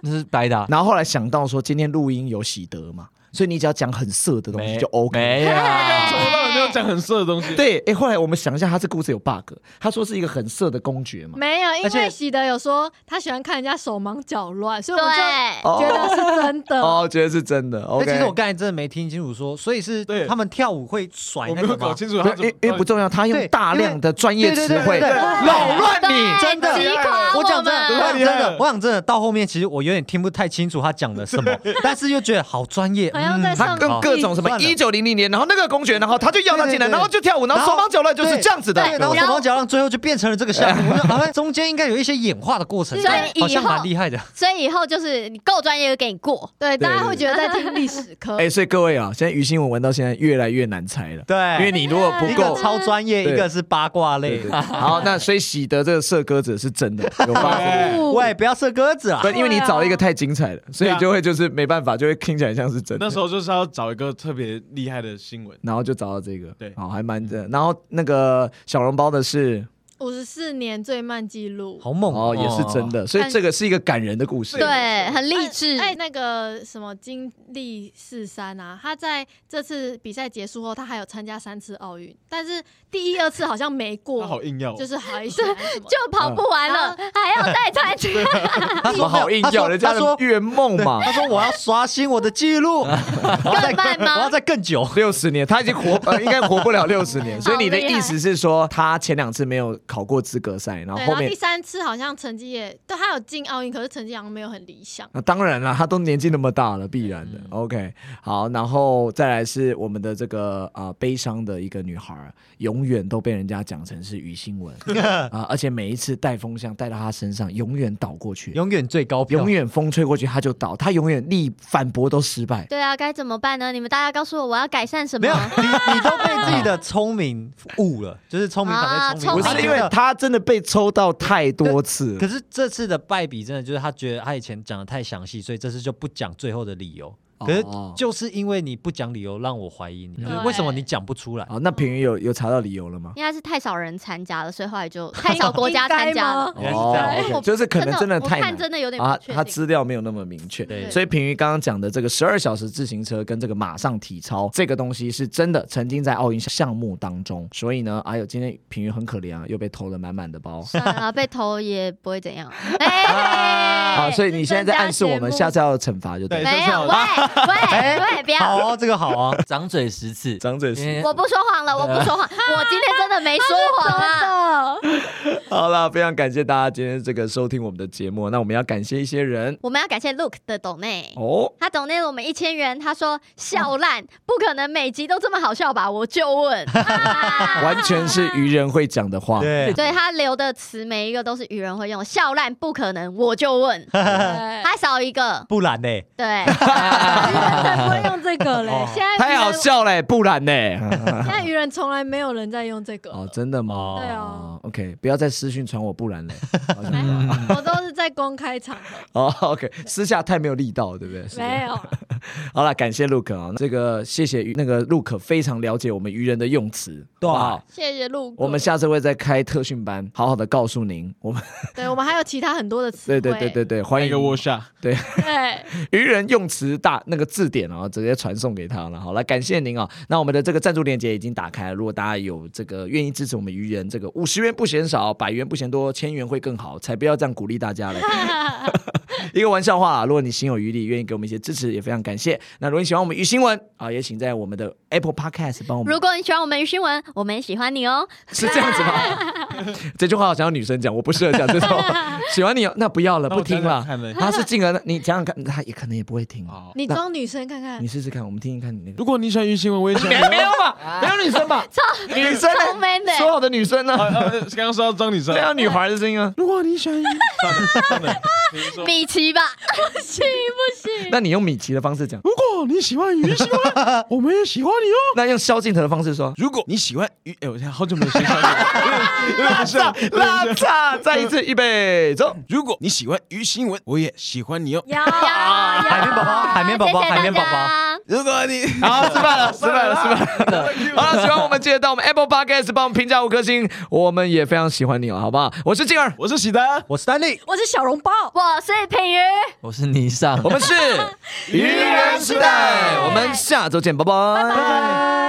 S2: 那是白的啊、
S1: 然后后来想到说，今天录音有喜得嘛，所以你只要讲很色的东西就 OK。
S2: 没有，
S5: 哎
S6: 我到底没有讲很色的东西。
S1: 对，哎，后来我们想一下，他这故事有 bug，他说是一个很色的公爵嘛，
S4: 没有，因
S3: 而且
S4: 为喜德有说他喜欢看人家手忙脚乱，所以我们就
S5: 对，
S1: 哦
S4: 觉得是真的。
S1: 哦，觉得是真的。
S3: 那
S1: OK，
S3: 其实我刚才真的没听清楚说，所以是
S6: 对
S3: 他们跳舞会甩
S6: 我
S3: 那
S6: 没
S3: 个
S6: 有
S3: 吗
S6: 搞？清楚
S1: 不
S6: 他
S1: 是
S6: 怎
S1: 因
S6: 么
S1: 为因为不重要，他用
S3: 对
S1: 大量的专业
S3: 对
S1: 词
S3: 对
S1: 汇
S3: 对对对
S1: 扰乱你。
S5: 真
S3: 的
S5: 击垮
S3: 我讲真
S5: 们
S3: 的，我讲真
S6: 太厉害
S3: 的
S6: 了，
S3: 我讲真的，到后面其实我有点听不太清楚他讲了什么，但是又觉得好专业，嗯
S4: 好像在
S1: 他
S4: 上
S1: 跟
S3: 好
S1: 各种什么
S3: 算了
S1: 一九零零年，然后那个公爵，然后他就要他进来，
S3: 对对对
S1: 然后就跳舞，然后手忙脚乱，就是这样子的。
S3: 对，然后
S5: 对
S3: 手忙脚乱，最后就变成了这个项 目。我就好像中间应该有一些演化的过程，
S5: 所以
S3: 好
S5: 以
S3: 像
S5: 后
S3: 蛮厉害的。
S5: 所以以后就是你够专业就给你过，
S4: 对，大家会觉得在听历史课
S1: 哎，。所以各位啊，现在于新闻玩到现在越来越难猜了，
S3: 对，
S1: 因为你如果不
S3: 一个
S1: 够。
S3: 超专业，
S1: 对
S3: 一个是八卦类
S1: 对对。对好，那所以喜德这个射鸽子是真的有发生，
S6: 哎
S3: 喂，不要射鸽子啊
S1: 不！，因为你找了一个太精彩了，所以就会就是没办法，就会听起来像是真的
S6: 那。时候就是要找一个特别厉害的新闻，
S1: 然后就找到这个，
S6: 对
S1: 好，还蛮真的。然后那个小笼包的是
S4: 五十四年最慢记录，
S3: 好猛
S1: 哦，
S3: 哦！
S1: 也是真的，所以这个是一个感人的故事。
S5: 对，很励志。
S4: 哎，哎那个什么金立四三啊，他在这次比赛结束后，他还有参加三次奥运，但是第一、二次好像没
S6: 他好
S4: 过，
S6: 硬要哦，
S4: 就是好一些啊 什么的。
S5: 就跑不完了，还要 再参加。
S3: 他
S1: 我
S3: 说
S1: 好硬要人家
S3: 他
S1: 的
S3: 说
S1: 圆梦嘛，
S3: 他说我要刷新我的记录，
S1: 哦
S3: 我 要再
S5: 慢吗
S3: 我要再更久。
S1: 六十年，他已经活呃应该活不了六十年，所以你的
S5: 好厉害
S1: 意思是说他前两次没有考过资格赛，然后
S4: 对，
S1: 后
S4: 然后
S1: 面
S4: 第三次好像成绩也，对他有进奥运，可是成绩好像没有很理想。
S1: 那当然了，他都年纪那么大了，必然的。OK，好，然后再来是我们的这个啊、呃悲伤的一个女孩儿，永远都被人家讲成是于新 文啊、而且每一次带风向带到她身上，永远倒过去，
S3: 永远最高票，
S1: 永远风吹过去她就倒，她永远力反驳都失 败。
S5: 对啊，该怎么办呢？你们大家告诉我，我要改善什
S3: 没 有
S5: 么？
S3: 你，你都被自己的聪明误 了，就是聪明反被聪
S5: 啊
S1: 不是
S3: 明反。
S1: 因为
S3: 真的
S1: 她真的被抽到太多次
S3: 可是这次的败笔真的就是他觉得他以前讲的太详细，所以这次就不讲最后的理由。
S1: 哦
S3: 可是就是因为你不讲理由，让我怀疑你，就是为什么你讲不出来？
S1: 好，那平云有有查到理由了吗？
S5: 应该是太少人参加了，所以后来就太少国家参加了。
S3: 原来是这样
S1: 哦 OK，
S5: 哎我
S1: 就是可能真的太
S5: 我
S1: 难
S5: 看。真的有点
S1: 啊
S5: 不，
S1: 他
S5: 确定。
S1: 资料没有那么明确，
S3: 对
S1: 所以平瑜刚刚讲的这个十二小时自行车跟这个马上体操这个东西是真的曾经在奥运项目当中，所以呢，哎呦，今天平瑜很可怜啊，又被偷了满满的包。
S5: 算了，被投也不 会怎样。
S1: 啊，
S5: 哎，
S1: 所以你现在在暗示我们下次哎要惩罚就对
S6: 对
S1: 了。
S5: 没
S6: 这是
S5: 有，
S6: 我
S5: 喂 喂喂，不
S3: 好
S5: 要！
S3: 哦，这个好啊，
S2: 张嘴十次，
S1: 张嘴是
S2: 因为
S5: 我不说
S1: 呃
S5: 谎了，我不说谎，我今天真的没说 谎啊！
S1: 好了，非常感谢大家今天这个收听我们的节目，那我们要感谢一些人
S5: 我们要感谢 Look 的抖内。
S1: 哦。
S5: 他抖内了我们一千元，他说笑烂，不可能每集都这么好笑吧？我 就问，啊
S1: 完全是愚人会讲的话，
S3: 对，
S5: 对他留的词每一个都是愚人会用，笑烂不可能，我就 问，
S4: 对，
S5: 还少一个，
S3: 不然呢？
S5: 对，
S4: 才不会用这个嘞
S3: 哦，
S4: 现在
S1: 太
S4: 愚人
S1: 好，笑嘞，不然呢？
S4: 现在愚人从来没有人在用这个。
S1: 哦，真的吗？
S4: 对啊
S1: 哦，OK，不要再私讯传我，不然嘞。好像
S4: 还好，我都是在公开场合，
S1: 哦，OK，私下太没有力道，对不 对？是
S4: 没有。啊
S1: 好了，感谢陆可啊，这个谢谢于那个陆可非常了解我们愚人的用词，
S3: 对
S1: 好不好
S4: 谢谢陆哥。
S1: 我们下次会再开特训班，好好的告诉您，我们
S4: 对，我们还有其他很多的词
S1: 对
S4: 汇。
S1: 对对对对，欢
S6: 那
S1: 迎
S6: 个 w a
S4: 对，
S1: 愚人用词大那个字典哦，直接传送给他了。好，来感谢您哦。那我们的这个赞助链接已经打开了，如果大家有这个愿意支持我们愚人，这个五十元不嫌少，百元不嫌多，千元会更好，才不要这样鼓励大 家嘞。一个玩笑话、啊，如果你心有余力，愿意给我们一些支持，也非常感谢。那如果你喜欢我们鱼新闻啊，也请在我们的 Apple Podcast 帮我们
S5: 如果你喜欢我们鱼新闻，我们也喜欢你哦。
S1: 是这样子吗？ 这句话好像要女生讲，我不适合讲这种。喜欢你哦，那不要了，
S6: 那
S1: 不
S6: 我
S1: 听
S6: 想想
S1: 了。
S6: 看呢
S1: 他是进而你想想看，他也可能也不会听。
S6: 哦
S4: 你装女生看看
S1: 你，试试看，我们听一看你那个。
S6: 如果你喜欢于新闻，我也想。
S1: 没没有吧？没有女生吧？女生
S5: 超
S1: 呢？
S5: man 的欸，
S1: 说好的女生呢？
S6: 啊刚刚说到张女生
S1: 对，啊，女孩的声音啊。
S6: 如果你喜欢于，算了算了，比如说
S5: 米奇吧，
S1: 那你用米奇的方式讲，
S6: 如果你喜欢于新 闻，我们也喜欢你哦。
S1: 那用萧敬腾的方式 说。
S6: 如果你喜欢于，哎，我现在好久没有学 校了，有点有点不像，有点不
S1: 拉
S6: 像
S1: 差，再一次，预备，走！
S6: 如果你喜欢于新闻，我也喜欢你哦。
S4: 要
S3: 海绵宝宝，海绵宝宝，
S5: 谢谢
S3: 海绵宝
S5: 大
S3: 宝，
S5: 家
S6: 如果你
S1: 好，失败了，失败了，失败 了。好了，喜欢我们记得到我们 Apple Podcast 帮我们评价五颗星，我们也非常喜欢你哦了，好不好？我是静儿，
S6: 我是喜丹，
S3: 我是丹力，
S4: 我是小笼包。
S5: 我是品鱼，
S2: 我是霓裳
S1: 我。们是愚人时代，我们下周见，拜拜。
S5: 拜。